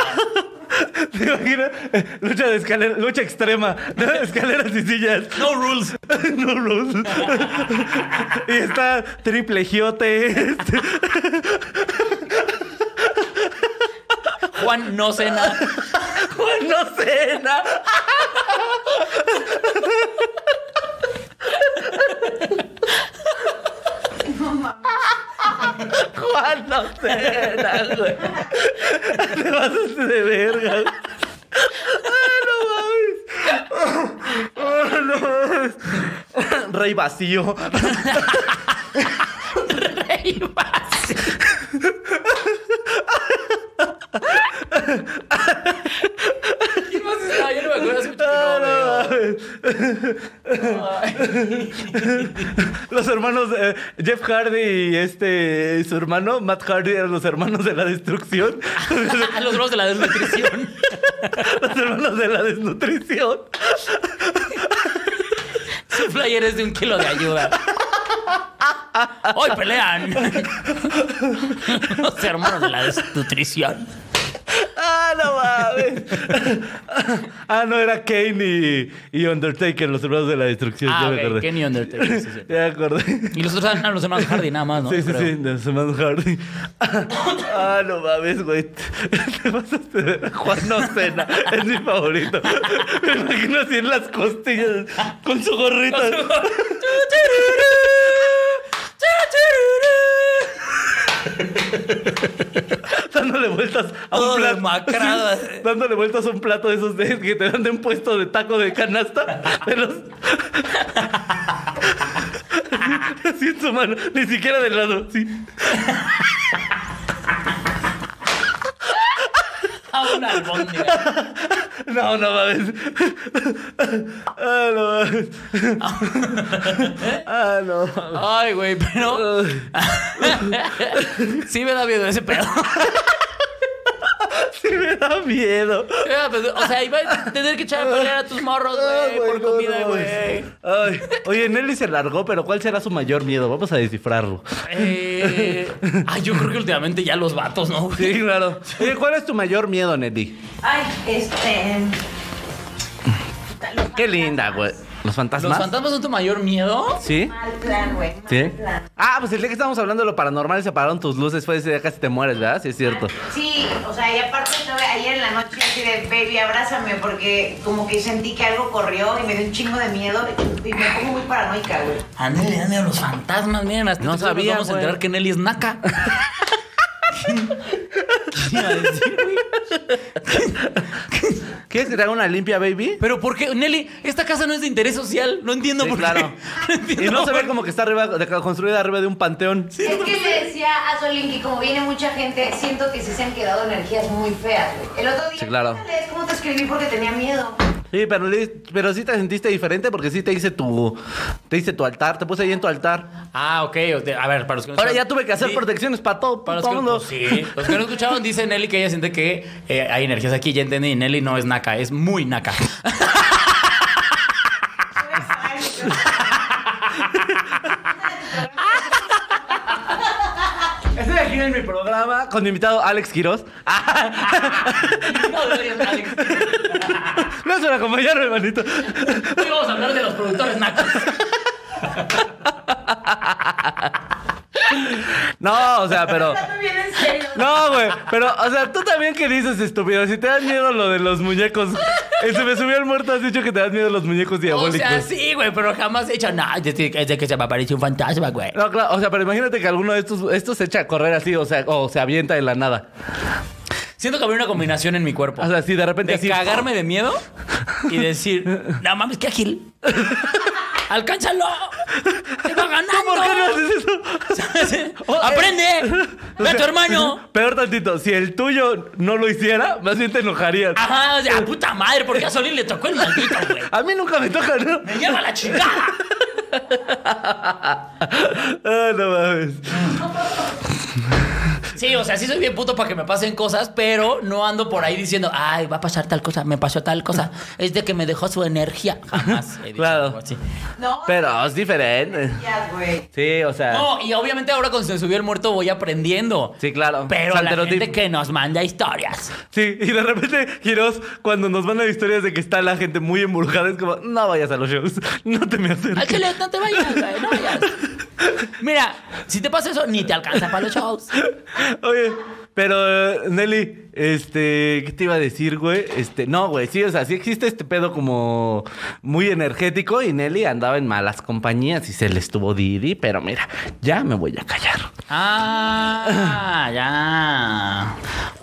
Speaker 2: ¿Te imaginas? Eh, Lucha de escalera, lucha extrema. ¿no? Escaleras y sillas.
Speaker 1: No rules.
Speaker 2: No, Rose. y está triple giote. este,
Speaker 1: Juan no cena.
Speaker 2: Juan no cena. no sé, no, güey. Te pasaste de verga. güey. Ah, no mames. Ah, no mames. Rey vacío.
Speaker 1: Rey vacío. ¿Quién más estaba? Yo no me acuerdo. hace mucho que
Speaker 2: Ah,
Speaker 1: no veo.
Speaker 2: no mames. Los hermanos eh, Jeff Hardy y este su hermano Matt Hardy eran los hermanos de la destrucción.
Speaker 1: A Ah, los bros de la desnutrición.
Speaker 2: los hermanos de la desnutrición.
Speaker 1: Su flyer es de un kilo de ayuda. Hoy pelean. Los hermanos de la desnutrición.
Speaker 2: Ah, no mames. ah, no, era Kane y, y Undertaker, los hermanos de la destrucción.
Speaker 1: Ah,
Speaker 2: ya me
Speaker 1: ok.
Speaker 2: acordé.
Speaker 1: Kenny Undertaker. sí, sí.
Speaker 2: Ya me acordé.
Speaker 1: Y los otros eran los hermanos Hardy, nada más, ¿no?
Speaker 2: sí, sí,
Speaker 1: Creo.
Speaker 2: sí, los hermanos Hardy. Ah, no mames, güey. Te pasaste de- Juan Nocena es mi favorito. Me imagino así en las costillas, con su gorrito. dándole vueltas a
Speaker 1: Todo
Speaker 2: un plato.
Speaker 1: demacrado.
Speaker 2: dándole vueltas a un plato de esos de, que te dan de un puesto de taco de canasta. De los... Así en su mano, ni siquiera del lado, sí.
Speaker 1: A una albóndiga.
Speaker 2: No, no mames. Ah, no mames. Ah, no.
Speaker 1: Ay, güey, pero. sí me da miedo ese pedo.
Speaker 2: Sí me da miedo.
Speaker 1: Ah, pues, O sea, iba a tener que echar a pelear a tus morros,
Speaker 2: Ah,
Speaker 1: güey, por
Speaker 2: no,
Speaker 1: comida,
Speaker 2: no mames.
Speaker 1: güey.
Speaker 2: Ay, Oye, Nelly se largó, pero ¿cuál será su mayor miedo? Vamos a descifrarlo.
Speaker 1: Eh, ay, yo creo que últimamente ya los vatos, ¿no? güey?
Speaker 2: Sí, claro. Oye, ¿cuál es tu mayor miedo, Nelly?
Speaker 3: Ay, este. los
Speaker 2: Qué linda, güey. ¿Los
Speaker 1: ¿Los
Speaker 2: fantasmas?
Speaker 1: fantasmas son tu mayor miedo?
Speaker 2: ¿Sí?
Speaker 3: Mal plan, güey. mal
Speaker 2: ¿Sí?
Speaker 3: plan.
Speaker 2: Ah, pues el día que estábamos hablando de lo paranormal se apagaron tus luces. Fue ese día casi te mueres, ¿verdad? Sí, es cierto.
Speaker 3: Sí, o sea, y aparte estuve ayer en la noche así de baby, abrázame, porque como que sentí que algo corrió y me dio un chingo de miedo y me pongo muy paranoica, güey.
Speaker 1: Ándale, ándale a los fantasmas, miren, hasta
Speaker 2: No
Speaker 1: nosotros
Speaker 2: sabía,
Speaker 1: nos vamos
Speaker 2: güey.
Speaker 1: a enterar que Nelly es naca. ¿Qué iba a decir, güey?
Speaker 2: ¿Quieres que te haga una limpia, baby?
Speaker 1: Pero ¿por qué? Nelly, esta casa no es de interés social. No entiendo
Speaker 2: Sí,
Speaker 1: por
Speaker 2: claro.
Speaker 1: qué.
Speaker 2: Y no se ve como que está arriba, de- construida arriba de un panteón.
Speaker 3: Es que le decía a Solín que como viene mucha gente, siento que sí se han quedado energías muy feas, güey. El otro día,
Speaker 2: Sí, claro.
Speaker 3: "Ángeles, ¿cómo te escribí? Porque tenía miedo.
Speaker 2: Sí, pero, le- pero sí te sentiste diferente porque sí te hice tu, te hice tu altar, te puse ahí en tu altar.
Speaker 1: Ah, ok. o sea, A ver, para los que no
Speaker 2: Ahora
Speaker 1: saben-
Speaker 2: ya tuve que hacer
Speaker 1: Sí,
Speaker 2: protecciones para todo,
Speaker 1: Para
Speaker 2: para
Speaker 1: los que,
Speaker 2: todo mundo.
Speaker 1: pues, sí. Los que no escucharon, dice Nelly que ella siente que eh, hay energías aquí. Ya entendí, Nelly no es naca, es muy naca.
Speaker 2: Estoy aquí en mi programa con mi invitado Alex Quiroz. Ah,
Speaker 1: No, Nelly es Alex.
Speaker 2: Gracias por acompañarme, hermanito.
Speaker 1: Hoy vamos a hablar de los productores nacos.
Speaker 2: No, o sea, pero...
Speaker 3: Está bien en serio.
Speaker 2: No, güey, pero, o sea, tú también que dices, estúpido. Si te dan miedo lo de los muñecos. Eh, se me subió el muerto, has dicho que te dan miedo los muñecos
Speaker 1: O
Speaker 2: diabólicos.
Speaker 1: sea, sí, güey, pero jamás he dicho, no, es de es de que se me apareció un fantasma, güey.
Speaker 2: No, claro, o sea, pero imagínate que alguno de estos, estos se echa a correr así, o sea, o se avienta de la nada.
Speaker 1: Siento que habría una combinación en mi cuerpo.
Speaker 2: O sea, si de repente
Speaker 1: de
Speaker 2: así.
Speaker 1: cagarme de miedo y decir, no mames, qué ágil. ¡Alcánzalo! ¡Te va ganando! ¡Oh,
Speaker 2: ¿Por qué no haces eso?
Speaker 1: ¡Aprende! ¡Ve a tu
Speaker 2: O sea,
Speaker 1: hermano!
Speaker 2: Peor tantito, si el tuyo no lo hiciera, más bien te enojarías.
Speaker 1: Ajá, o sea, puta madre, porque a Solín le tocó el maldito, güey.
Speaker 2: A mí nunca me toca, ¿no?
Speaker 1: ¡Me lleva la chingada!
Speaker 2: Ah, no mames.
Speaker 1: Sí, o sea, sí soy bien puto para que me pasen cosas, pero no ando por ahí diciendo, ay, va a pasar tal cosa, me pasó tal cosa. Es de que me dejó su energía. Jamás he dicho
Speaker 2: Claro.
Speaker 1: algo así.
Speaker 3: No,
Speaker 2: Pero es diferente.
Speaker 3: ya, güey.
Speaker 2: Sí, o sea.
Speaker 1: No, y obviamente ahora cuando se me subió el muerto voy aprendiendo.
Speaker 2: Sí, claro.
Speaker 1: Pero la
Speaker 2: Santerotip.
Speaker 1: gente que nos manda historias.
Speaker 2: Sí, y de repente, Giros, cuando nos mandan historias de que está la gente muy embrujada, es como, no vayas a los shows, no te me acerques.
Speaker 1: Ángeles, no te vayas, güey, no vayas. Mira, si te pasa eso, ni te alcanza para los shows.
Speaker 2: Oye, Pero, Nelly, este, ¿qué te iba a decir, güey? Este, no, güey, sí, o sea, sí existe este pedo como muy energético y Nelly andaba en malas compañías y se le estuvo Didi, pero mira, ya me voy a callar.
Speaker 1: Ah, ya.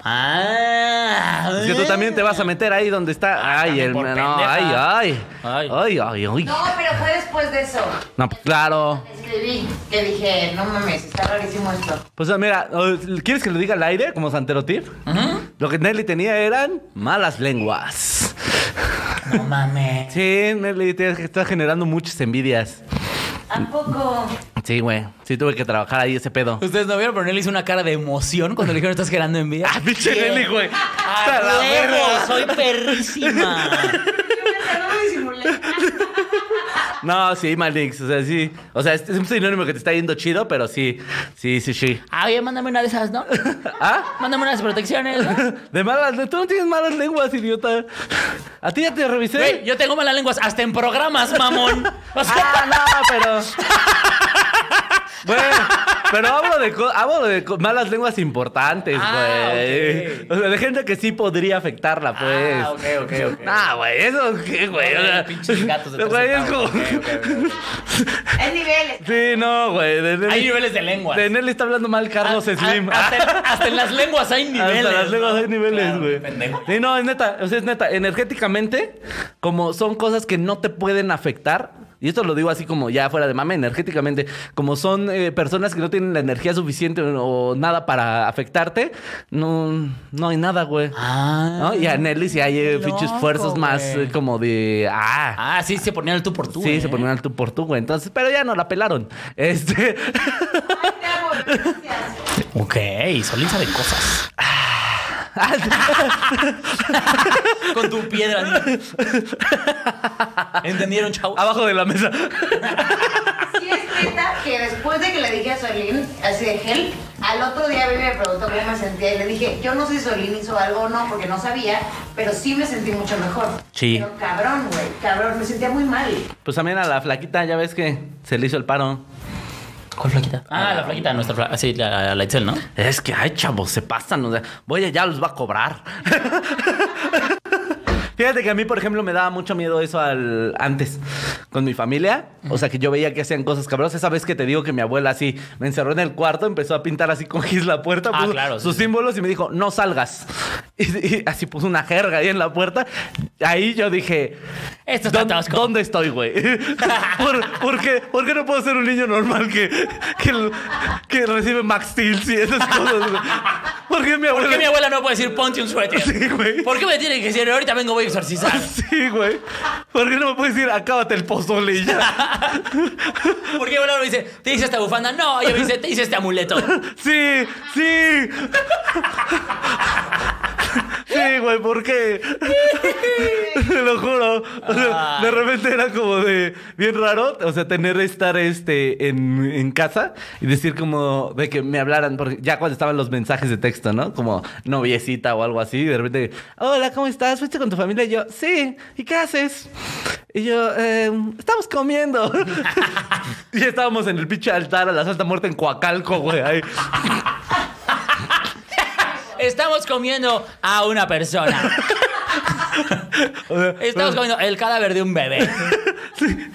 Speaker 1: Ah.
Speaker 2: Es que tú también te vas a meter ahí donde está. Ay,
Speaker 1: también por
Speaker 2: hermano, no, ay,
Speaker 1: pendeja.
Speaker 2: ay. Ay,
Speaker 1: Ay.
Speaker 2: ay, ay.
Speaker 3: No, pero fue después de eso.
Speaker 2: No, pues, claro.
Speaker 3: Escribí que dije, no mames, está rarísimo esto.
Speaker 2: Pues mira, ¿quieres que lo diga al aire como santero tip?
Speaker 1: ¿Mm?
Speaker 2: Lo que Nelly tenía eran malas lenguas.
Speaker 1: No mames.
Speaker 2: Sí, Nelly, te- estás generando muchas envidias.
Speaker 3: ¿A poco?
Speaker 2: Sí, güey. Sí, tuve que trabajar ahí ese pedo.
Speaker 1: Ustedes no vieron, pero Nelly hizo una cara de emoción cuando le dijeron estás generando envidia.
Speaker 2: ¡Ah, pinche Nelly, güey!
Speaker 1: ¡Ah,
Speaker 2: ¡Hasta la
Speaker 1: huevo!
Speaker 2: verga!
Speaker 1: ¡Soy perrísima!
Speaker 3: No me disimulé.
Speaker 2: No, sí, Malix, o sea, sí. O sea, es es un sinónimo que te está yendo chido, pero sí. Sí, sí, sí.
Speaker 1: Ah, oye, mándame una de esas, ¿no?
Speaker 2: ¿Ah?
Speaker 1: Mándame unas protecciones. ¿no?
Speaker 2: De malas, tú no tienes malas lenguas, idiota. A ti ya te revisé.
Speaker 1: Güey, yo tengo malas lenguas hasta en programas, mamón. O sea,
Speaker 2: Ah, no, pero. Bueno, pero hablo de, co- hablo de co- malas lenguas importantes, güey.
Speaker 1: Ah, ok.
Speaker 2: O sea, de gente que sí podría afectarla, pues.
Speaker 1: Ah, ok, ok, ok.
Speaker 2: Nah, güey, eso qué, güey.
Speaker 1: No,
Speaker 2: Pues, O sea,
Speaker 1: de pinches gatos de tres
Speaker 2: güey, es como.
Speaker 1: centavos. Ok, ok, ok.
Speaker 3: Es niveles.
Speaker 2: Sí, no, güey. De Nelly,
Speaker 1: Hay niveles de lenguas.
Speaker 2: de Nelly está hablando mal Carlos
Speaker 1: Ah,
Speaker 2: Slim.
Speaker 1: ah, Hasta, en- hasta en las lenguas hay
Speaker 2: Hasta
Speaker 1: niveles.
Speaker 2: las lenguas hay niveles,
Speaker 1: Claro,
Speaker 2: güey.
Speaker 1: pendejo.
Speaker 2: sí, no, es neta, o sea, es neta. Energéticamente, como son cosas que no te pueden afectar. Y esto lo digo así como ya fuera de mame, energéticamente. Como son eh, personas que no tienen la energía suficiente o nada para afectarte, no, no hay nada, güey.
Speaker 1: Ah.
Speaker 2: ¿No? Y a Nelly sí hay eh,
Speaker 1: Qué
Speaker 2: pinches
Speaker 1: loco,
Speaker 2: fuerzas más
Speaker 1: güey.
Speaker 2: eh, como de... Ah,
Speaker 1: Ah, sí, se ponían el tú por tú.
Speaker 2: sí,
Speaker 1: ¿eh?
Speaker 2: se ponían al tú por tú, güey. Entonces, pero ya no la pelaron. Este...
Speaker 3: Ay, te amo, gracias.
Speaker 1: Ok, Solín sabe cosas.
Speaker 2: Ah.
Speaker 1: Con tu piedra. ¿no? ¿Entendieron, chau?
Speaker 2: Abajo de la mesa.
Speaker 3: Sí es neta que después de que le dije a Solín, así de help, al otro día Baby me preguntó cómo me sentía y le dije, yo no sé si Solín hizo algo o no, porque no sabía, pero sí me sentí mucho mejor.
Speaker 2: Sí.
Speaker 3: Pero cabrón, güey, cabrón, me sentía muy mal.
Speaker 2: Pues también a la flaquita, ya ves que se le hizo el paro.
Speaker 1: ¿Cuál flaquita? Ah, la flaquita, nuestra flaquita. Sí, la, la, la Itzel, ¿no?
Speaker 2: Es que, ay, chavos, se pasan. O sea, voy allá, los va a cobrar. Fíjate que a mí, por ejemplo, me daba mucho miedo eso al antes con mi familia. O sea, que yo veía que hacían cosas cabrosas. Esa vez que te digo que mi abuela así me encerró en el cuarto, empezó a pintar así con gis la puerta,
Speaker 1: Ah,
Speaker 2: puso
Speaker 1: claro, sí,
Speaker 2: sus
Speaker 1: sí.
Speaker 2: símbolos y me dijo, no salgas. Y, y así puso una jerga ahí en la puerta. Ahí yo dije,
Speaker 1: Esto está
Speaker 2: "¿Dó-
Speaker 1: tosco".
Speaker 2: ¿dónde estoy, güey? ¿Por, por qué, por qué no puedo ser un niño normal que, que, que recibe Max Steel y esas cosas? güey? ¿Por qué mi abuela?
Speaker 1: ¿Por qué mi abuela no puede decir ponte un suéter?
Speaker 2: Sí, güey.
Speaker 1: ¿Por qué me tiene que decir ahorita vengo voy a exorcizar?
Speaker 2: Sí, güey. ¿Por qué no me puedes decir acábate el pozole y ya?
Speaker 1: ¿Por qué mi abuela me dice te hice esta bufanda? No, ella me dice te hice este amuleto.
Speaker 2: Sí, sí. Sí, güey, ¿por qué? Te lo juro. O sea, de repente era como de bien raro, o sea, tener estar este en, en casa y decir como de que me hablaran, porque ya cuando estaban los mensajes de texto, ¿no? Como noviecita o algo así, y de repente, hola, ¿cómo estás? ¿Fuiste con tu familia? Y yo, sí, ¿y qué haces? Y yo, "Eh, estamos comiendo. y estábamos en el pinche altar a la Santa Muerte en Coacalco, güey. ahí.
Speaker 1: Estamos comiendo a una persona.
Speaker 2: O sea,
Speaker 1: Estamos comiendo el cadáver de un bebé.
Speaker 2: Sí.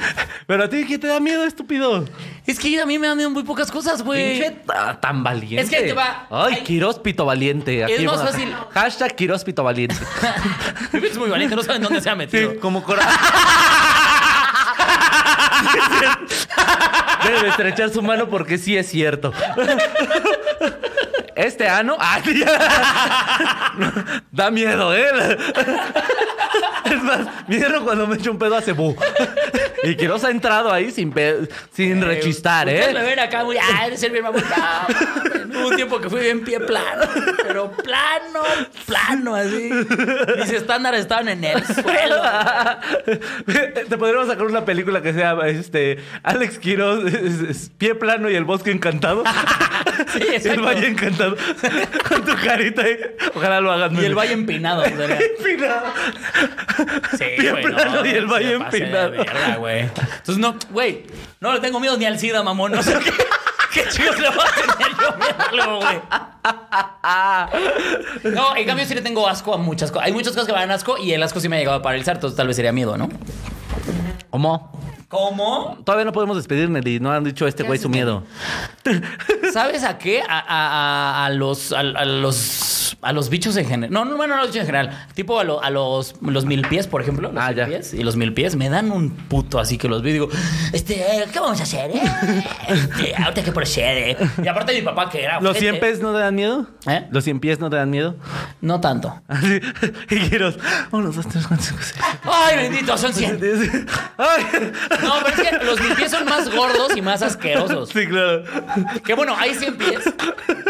Speaker 2: Pero a ti, ¿qué te da miedo, estúpido?
Speaker 1: Es que a mí me dan miedo muy pocas cosas, güey.
Speaker 2: Pinche ta- tan valiente.
Speaker 1: Es que ahí te va.
Speaker 2: Ay,
Speaker 1: Ay.
Speaker 2: Quirós Pito Valiente.
Speaker 1: Es más
Speaker 2: vamos a-
Speaker 1: fácil.
Speaker 2: Hashtag Quirós Pito Valiente.
Speaker 1: Es muy valiente, no saben dónde se ha metido.
Speaker 2: Sí, como corazón. Debe de estrechar su mano porque sí es cierto. Este ano ah, tía. da miedo, ¿eh? Es más, miedo cuando me echo un pedo a cebú. Y que nos ha entrado ahí sin, pe- sin rechistar,
Speaker 1: Eh, Ustedes me
Speaker 2: ¿eh?
Speaker 1: ven acá muy, ah, eres el mi mamá. Hubo un tiempo que fui bien pie plano, pero plano, plano, así. Mis estándares estaban en el suelo.
Speaker 2: Te podríamos sacar una película que sea este Alex Quiroz, es- es Pie Plano y el Bosque Encantado.
Speaker 1: Sí,
Speaker 2: el
Speaker 1: exacto.
Speaker 2: Valle Encantado. Con tu carita ahí. Ojalá lo hagan.
Speaker 1: Y el
Speaker 2: meme.
Speaker 1: valle empinado. pues, o sea,
Speaker 2: Empinado.
Speaker 1: Sí,
Speaker 2: Pie
Speaker 1: güey, no,
Speaker 2: plano y el
Speaker 1: no se
Speaker 2: valle
Speaker 1: pase de
Speaker 2: empinado.
Speaker 1: verga, güey. Entonces, no, güey, no le tengo miedo ni al SIDA, mamón. No sé qué. ¿Qué chicos le voy a tener yo miedo, güey? No, en cambio sí le tengo asco a muchas cosas. Hay muchas cosas que me dan asco y el asco sí me ha llegado a paralizar, entonces tal vez sería miedo, ¿no?
Speaker 2: ¿Cómo?
Speaker 1: ¿Cómo?
Speaker 2: Todavía no podemos despedir, Nelly. No han dicho este güey su miedo.
Speaker 1: ¿Sabes a qué? A, a- a- a los a, a los a los bichos en general. No, no, bueno, no a los bichos en general. Tipo a, lo- a los los mil pies, por ejemplo. Los
Speaker 2: Ah, ya.
Speaker 1: milpies y los mil pies me dan un puto así que los vi y digo, este, eh, ¿qué vamos a hacer? eh? Este, ahorita que procede. Y aparte mi papá que era.
Speaker 2: ¿Los
Speaker 1: ojete.
Speaker 2: 100 pies no te dan miedo?
Speaker 1: ¿Eh?
Speaker 2: ¿Los 100 pies no te dan miedo?
Speaker 1: No tanto.
Speaker 2: Así, y giros. Uno, dos, tres, cuatro, cinco, seis.
Speaker 1: Ay, bendito, son 100.
Speaker 2: siete, diez. Ay.
Speaker 1: No, pero es que los mil pies son más gordos y más asquerosos.
Speaker 2: Sí, claro.
Speaker 1: Que bueno, hay 100 pies. de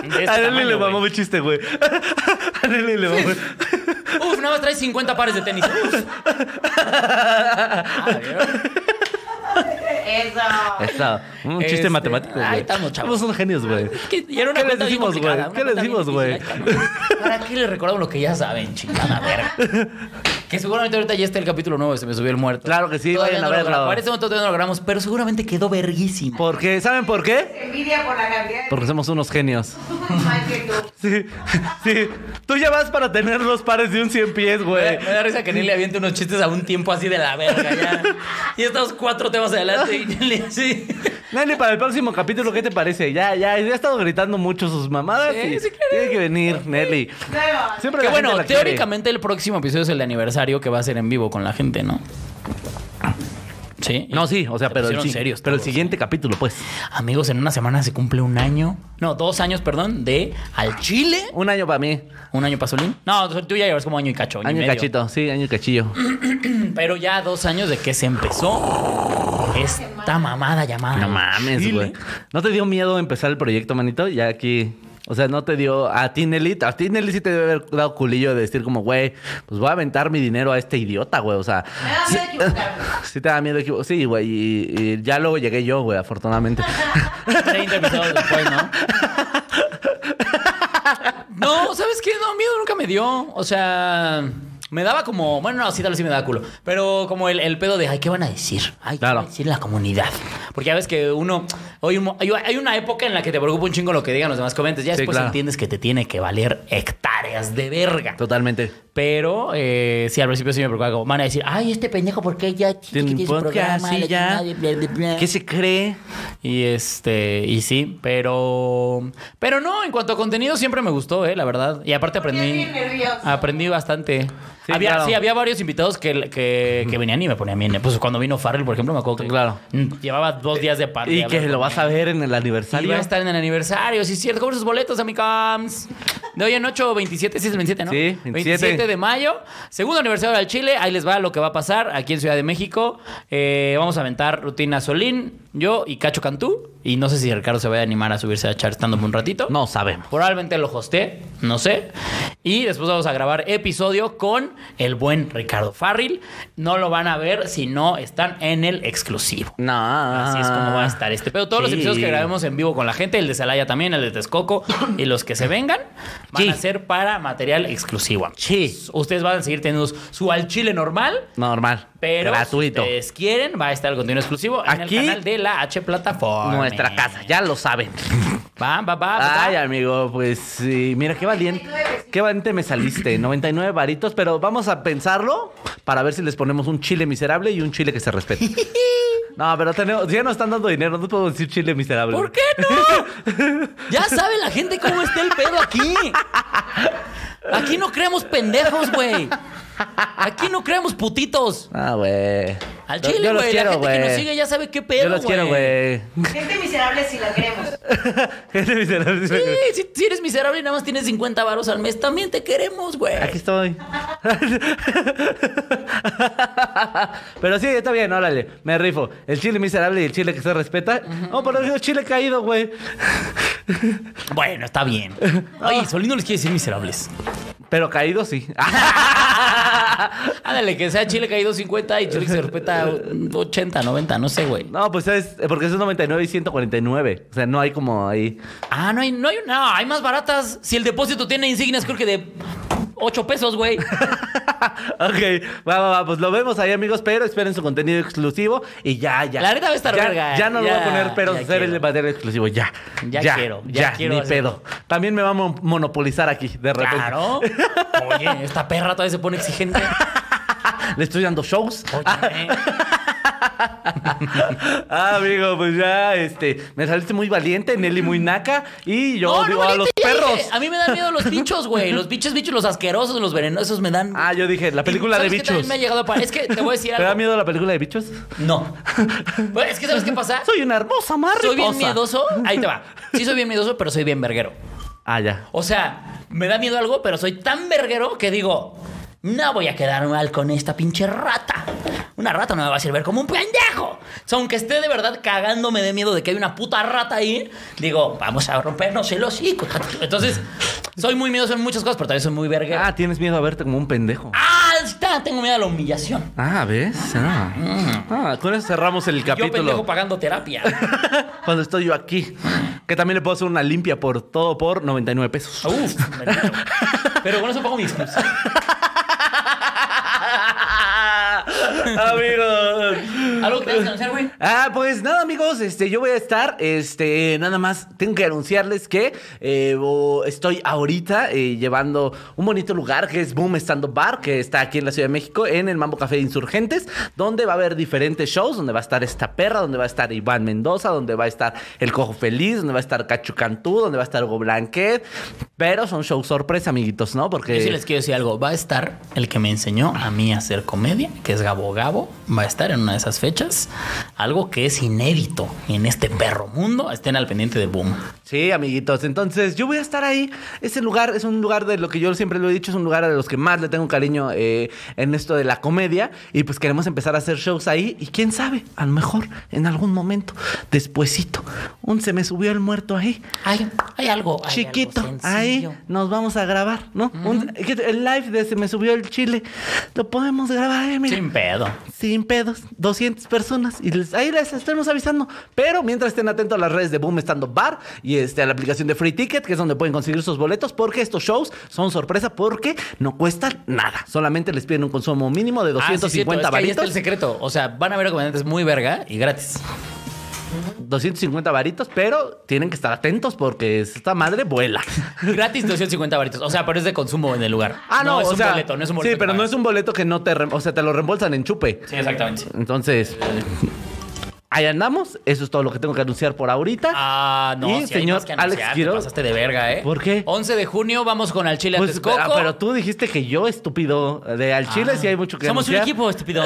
Speaker 1: este
Speaker 2: A Nelly
Speaker 1: tamaño,
Speaker 2: le
Speaker 1: güey.
Speaker 2: mamó un chiste, güey. A Nelly le mamó.
Speaker 1: Uf, nada más traes 50 pares de tenis. Uf. Ah, ¿vieron?
Speaker 3: Eso.
Speaker 2: Está. Un chiste
Speaker 1: Este,
Speaker 2: matemático, güey.
Speaker 1: ay, estamos chavos.
Speaker 2: Somos unos genios, güey.
Speaker 1: ¿Qué, y era una
Speaker 2: ¿Qué les
Speaker 1: cuenta bien
Speaker 2: dimos,
Speaker 1: complicada,
Speaker 2: güey?
Speaker 1: una
Speaker 2: ¿Qué les
Speaker 1: cuenta bien
Speaker 2: dimos, güey?
Speaker 1: difícil, ay, cabrón. ¿Para qué le recordaron lo que ya saben, chingada verga? Que seguramente ahorita ya está el capítulo nuevo, de se me subió el muerto.
Speaker 2: Claro que sí,
Speaker 1: Todavía
Speaker 2: vayan a
Speaker 1: no lo
Speaker 2: verlo.
Speaker 1: grabamos. Para este momento todavía no lo grabamos, pero seguramente quedó verguísimo.
Speaker 2: ¿Por qué? ¿Saben por qué?
Speaker 3: Envidia por la cantidad de
Speaker 2: Porque somos unos genios.
Speaker 3: mal que tú.
Speaker 2: Sí, sí. Tú ya vas para tener los pares de un 100 pies,
Speaker 1: Me,
Speaker 2: güey.
Speaker 1: me da risa que Nelly aviente unos chistes a un tiempo así de la verga ya. Y estamos cuatro temas adelante y Nelly así.
Speaker 2: Nelly, para el próximo capítulo, ¿qué te parece? Ya, ya, ya ha estado gritando mucho sus mamadas.
Speaker 1: Sí,
Speaker 2: y
Speaker 1: sí, claro.
Speaker 2: Tiene que venir, Nelly.
Speaker 3: Luego,
Speaker 2: Siempre
Speaker 1: Que
Speaker 2: la gente
Speaker 1: bueno,
Speaker 2: la quiere.
Speaker 1: teóricamente el próximo episodio es el de aniversario que va a ser en vivo con la gente, ¿no? Sí.
Speaker 2: No, sí, o sea,
Speaker 1: Se
Speaker 2: pero el,
Speaker 1: pusieron
Speaker 2: sí-
Speaker 1: serios
Speaker 2: pero el
Speaker 1: todos.
Speaker 2: siguiente capítulo, pues.
Speaker 1: Amigos, en una semana se cumple un año. No, dos años, perdón, de al Chile.
Speaker 2: Un año para mí.
Speaker 1: Un año pasolín. No, tú ya llevas como año y cacho.
Speaker 2: Año
Speaker 1: y
Speaker 2: y
Speaker 1: medio.
Speaker 2: cachito, sí, año y cachillo.
Speaker 1: Pero ya dos años de que se empezó esta mamada llamada.
Speaker 2: No mames,
Speaker 1: Chile.
Speaker 2: güey. ¿No te dio miedo empezar el proyecto, manito? Ya aquí. O sea, no te dio. A ti, Nelly, a ti, Nelly sí te debe haber dado culillo de decir, como, güey, pues voy a aventar mi dinero a este idiota, güey. O sea.
Speaker 3: Me da miedo equivocarme.
Speaker 2: Sí, te da miedo equivo- Sí, güey. Y, y ya luego llegué yo, güey, afortunadamente.
Speaker 1: 30 episodios después, ¿no? No, ¿sabes qué? No, miedo nunca me dio. O sea, me daba como. Bueno, no, sí, tal vez sí me daba culo. Pero como el, el pedo de, ay, ¿qué van a decir? Ay, ¿qué
Speaker 2: Claro.
Speaker 1: va a decir la comunidad? Porque ya ves que uno. Hoy, mo- hay- hay una época en la que te preocupa un chingo lo que digan los demás comentarios. Ya
Speaker 2: Sí,
Speaker 1: después
Speaker 2: claro.
Speaker 1: entiendes que te tiene que valer hectáreas de verga.
Speaker 2: Totalmente.
Speaker 1: Pero eh, sí, al principio sí me preocupaba. Como, van a decir, ay, este pendejo, ¿por qué ya
Speaker 2: Tiene un
Speaker 1: su
Speaker 2: podcast,
Speaker 1: programa,
Speaker 2: sí,
Speaker 1: la
Speaker 2: ya.
Speaker 1: chingada, bla, bla, bla"?
Speaker 2: ¿Qué se cree?
Speaker 1: Y este, y sí, pero. Pero no, en cuanto a contenido siempre me gustó, eh, la verdad. Y aparte
Speaker 3: Porque
Speaker 1: aprendí.
Speaker 3: es bien nervioso.
Speaker 1: Aprendí bastante.
Speaker 2: Sí,
Speaker 1: había,
Speaker 2: claro.
Speaker 1: sí, había varios invitados que, que, que venían y me ponían bien. Pues cuando vino Farrell, por ejemplo, me acuerdo que
Speaker 2: Claro.
Speaker 1: mm, llevaba dos días de party.
Speaker 2: Y que lo vas a ver en el
Speaker 1: Y
Speaker 2: aniversario.
Speaker 1: va a estar en el aniversario, sí es cierto. Compren sus boletos, amicams. De hoy en 8, 27, sí es el 27, ¿no?
Speaker 2: Sí, 27.
Speaker 1: de mayo. Segundo aniversario del Chile. Ahí les va lo que va a pasar aquí en Ciudad de México. Eh, vamos a aventar Rutina Solín, yo y Cacho Cantú. Y no sé si Ricardo se va a animar a subirse a echar stand-up un ratito.
Speaker 2: No sabemos.
Speaker 1: Probablemente lo hosté, no sé. Y después vamos a grabar episodio con el buen Ricardo Farril. No lo van a ver si no están en el exclusivo.
Speaker 2: No.
Speaker 1: Así es como va a estar este. Pero todos los
Speaker 2: Ah, Sí.
Speaker 1: episodios que grabemos en vivo con la gente, el de Celaya también, el de Texcoco y los que se vengan, van
Speaker 2: Sí.
Speaker 1: a ser para material exclusivo. amigos.
Speaker 2: Sí.
Speaker 1: Ustedes van a seguir teniendo su al chile normal,
Speaker 2: Normal.
Speaker 1: pero este,
Speaker 2: Gratuito.
Speaker 1: si ustedes quieren, va a estar el contenido exclusivo en
Speaker 2: Aquí,
Speaker 1: el canal de la H plataforma.
Speaker 2: Nuestra casa, ya lo saben.
Speaker 1: Va, va, va, va.
Speaker 2: Ay, amigo, pues sí, mira qué valiente,
Speaker 3: 99.
Speaker 2: qué valiente me saliste, 99 varitos, pero vamos a pensarlo para ver si les ponemos un chile miserable y un chile que se respete. No, pero tenemos, ya nos están dando dinero, no podemos decir chile miserable.
Speaker 1: ¿Por qué no? Ya sabe la gente cómo está el pedo aquí. Aquí no creamos pendejos, güey. Aquí no creamos putitos.
Speaker 2: Ah, güey.
Speaker 1: Al
Speaker 2: Yo-
Speaker 1: chile,
Speaker 2: yo los
Speaker 1: güey. La
Speaker 2: quiero,
Speaker 1: gente que nos
Speaker 2: güey.
Speaker 1: sigue ya sabe qué pedo,
Speaker 2: Yo los quiero, güey.
Speaker 3: Gente miserable si la queremos.
Speaker 2: Gente miserable.
Speaker 1: Sí, si, si eres miserable y nada más tienes 50 varos al mes, también te queremos, güey.
Speaker 2: Aquí estoy. Pero sí, está bien, órale. Me rifo. El chile miserable y el chile que se respeta. No, pero el chile caído, güey.
Speaker 1: Bueno, está bien. Oye, Solín no les quiere decir miserables.
Speaker 2: Pero caído sí.
Speaker 1: Ándale, que sea Chile caído 50 y Chile que se respeta 80, 90, no sé, güey.
Speaker 2: No, pues es porque es 99 y 149. O sea, no hay como ahí.
Speaker 1: Ah, no hay, no hay, no, hay más baratas. Si el depósito tiene insignias, creo que de 8 pesos, güey.
Speaker 2: ok, va, va, va, pues lo vemos ahí, amigos, pero esperen su contenido exclusivo y ya, ya.
Speaker 1: La neta va a estar
Speaker 2: ya,
Speaker 1: verga, ¿eh?
Speaker 2: Ya no lo voy a
Speaker 1: ya,
Speaker 2: poner, pero
Speaker 1: ya
Speaker 2: hacer el
Speaker 1: quiero.
Speaker 2: material exclusivo, ya.
Speaker 1: Ya quiero, ya quiero
Speaker 2: Ni
Speaker 1: hacerlo.
Speaker 2: pedo. También me va a mon- monopolizar aquí, de repente.
Speaker 1: Claro. Oye, esta perra todavía se pone exigente.
Speaker 2: Le estoy dando shows.
Speaker 1: Oye, eh.
Speaker 2: Ah, amigo, pues ya, este, me saliste muy valiente, Nelly muy naca y yo
Speaker 1: No,
Speaker 2: digo
Speaker 1: no,
Speaker 2: a
Speaker 1: ahorita
Speaker 2: los
Speaker 1: ya dije,
Speaker 2: perros.
Speaker 1: a mí me dan miedo los bichos, güey. Los bichos, bichos, los asquerosos, los venenosos me dan.
Speaker 2: Ah, yo dije, la película de
Speaker 1: ¿Sabes qué también
Speaker 2: bichos.
Speaker 1: me ha llegado a pa- Es que te voy a decir
Speaker 2: ¿Te da
Speaker 1: algo.
Speaker 2: miedo la película de bichos?
Speaker 1: No. Pues, es que ¿sabes qué pasa?
Speaker 2: Soy una hermosa mariposa.
Speaker 1: Soy bien miedoso. Ahí te va. Sí soy bien miedoso, pero soy bien verguero.
Speaker 2: Ah, ya.
Speaker 1: O sea, me da miedo algo, pero soy tan verguero que digo, no voy a quedar mal con esta pinche rata. Una rata no me va a servir como un pendejo. O sea, aunque esté de verdad cagándome de miedo de que hay una puta rata ahí, digo, vamos a rompernos el hocico. Entonces, soy muy miedoso en muchas cosas, pero también soy muy verguero.
Speaker 2: Ah, tienes miedo a verte como un pendejo.
Speaker 1: Ah, está, tengo miedo a la humillación.
Speaker 2: Ah, ¿ves? Ah. Ah, con eso cerramos el
Speaker 1: Yo pendejo
Speaker 2: capítulo.
Speaker 1: pagando terapia.
Speaker 2: Cuando estoy yo aquí. Que también le puedo hacer una limpia por todo por 99 pesos.
Speaker 1: Uf, bendito. pero con eso pago mi excusa.
Speaker 2: Amigos.
Speaker 1: ¿Algo que tengas que anunciar, güey?
Speaker 2: Ah, pues nada, amigos, este, yo voy a estar, este, nada más, tengo que anunciarles que eh, o- estoy ahorita eh, llevando un bonito lugar que es Boom Stand Up Bar, que está aquí en la Ciudad de México, en el Mambo Café de Insurgentes, donde va a haber diferentes shows, donde va a estar esta perra, donde va a estar Iván Mendoza, donde va a estar El Cojo Feliz, donde va a estar Cacho Cantú, donde va a estar Hugo Blanquet, pero son shows sorpresa, amiguitos, ¿no? Porque...
Speaker 1: Yo sí les quiero decir algo. Va a estar el que me enseñó a mí a hacer comedia, que es Gabo Gabo. Va a estar en una de esas fechas. Algo que es inédito en este perro mundo. Estén al pendiente de Boom.
Speaker 2: Sí, amiguitos. Entonces, yo voy a estar ahí. Ese lugar es un lugar de lo que yo siempre lo he dicho, es un lugar a los que más le tengo cariño eh, en esto de la comedia. Y pues queremos empezar a hacer shows ahí. Y quién sabe, a lo mejor en algún momento, despuesito, un se me subió el muerto ahí.
Speaker 1: Hay, hay algo. hay
Speaker 2: Chiquito,
Speaker 1: algo
Speaker 2: ahí
Speaker 1: sencillo.
Speaker 2: nos vamos a grabar, ¿no? Un- el live de Se me subió el chile. Lo podemos grabar ahí, mira
Speaker 1: Sin pedo.
Speaker 2: sin pedos, 200 personas y les- ahí les estamos avisando. Pero mientras estén atentos a las redes de Boom Stand Up Bar y este, a la aplicación de Free Ticket, que es donde pueden conseguir sus boletos, porque estos shows son sorpresa porque no cuestan nada. Solamente les piden un consumo mínimo de 250
Speaker 1: ah, sí, cierto. Es que ahí está el
Speaker 2: varitos.
Speaker 1: secreto. O sea, van a ver a comediantes muy verga y gratis.
Speaker 2: 250 varitos, pero tienen que estar atentos porque esta madre vuela.
Speaker 1: Gratis 250 varitos. O sea, pero es de consumo en el lugar.
Speaker 2: Ah, no,
Speaker 1: es
Speaker 2: o
Speaker 1: un
Speaker 2: sea,
Speaker 1: boleto, no es un boleto.
Speaker 2: Sí, pero no es un boleto que no te... rem- O sea, te lo reembolsan en chupe.
Speaker 1: Sí, exactamente.
Speaker 2: Entonces...
Speaker 1: Eh.
Speaker 2: Ahí andamos, eso es todo lo que tengo que anunciar por ahorita.
Speaker 1: Ah, no,
Speaker 2: Y
Speaker 1: sí, hay
Speaker 2: señor
Speaker 1: más que
Speaker 2: Alex
Speaker 1: anunciar, te
Speaker 2: Quiroz.
Speaker 1: pasaste de verga, ¿eh?
Speaker 2: ¿Por qué?
Speaker 1: 11 de junio vamos con Al Chile a
Speaker 2: Pues,
Speaker 1: Texcoco.
Speaker 2: ah, pero tú dijiste que yo, estúpido, de al chile sí hay mucho que
Speaker 1: Ah. Somos
Speaker 2: anunciar.
Speaker 1: un equipo, estúpido.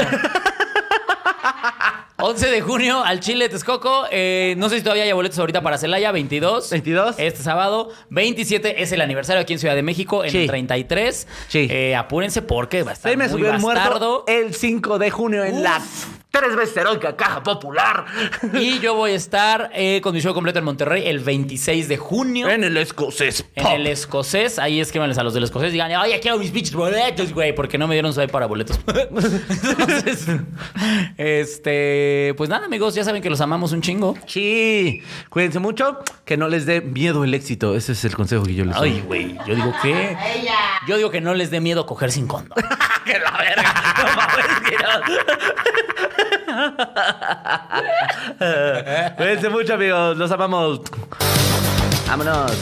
Speaker 1: 11 de junio al Chile Texcoco. Eh, no sé si todavía hay boletos ahorita para Celaya, 22.
Speaker 2: 22.
Speaker 1: Este sábado. 27 es el aniversario aquí en Ciudad de México, en
Speaker 2: Sí.
Speaker 1: el 33.
Speaker 2: Sí.
Speaker 1: Eh, apúrense porque va a estar
Speaker 2: Se me
Speaker 1: muy
Speaker 2: subió el muerto Eh.
Speaker 1: bastardo.
Speaker 2: el 5 de junio en
Speaker 1: Uf.
Speaker 2: la tres veces heroica caja popular.
Speaker 1: Y yo voy a estar eh, con mi show completo en Monterrey el 26 de junio.
Speaker 2: en el escocés.
Speaker 1: En el escocés, ahí escríbanles a los del escocés, digan, oye, quiero mis pinches boletos, güey, porque no me dieron swipe para boletos. Entonces, este, pues nada, amigos, ya saben que los amamos un chingo.
Speaker 2: Sí, cuídense mucho, que no les dé miedo el éxito. Ese es el consejo que yo les doy.
Speaker 1: Ay, güey, yo digo que,
Speaker 3: A ella.
Speaker 1: yo digo que no les dé miedo coger sin condón.
Speaker 2: Ah, que la verga. No mames, que no. Cuídense mucho, amigos. Los amamos. Vámonos.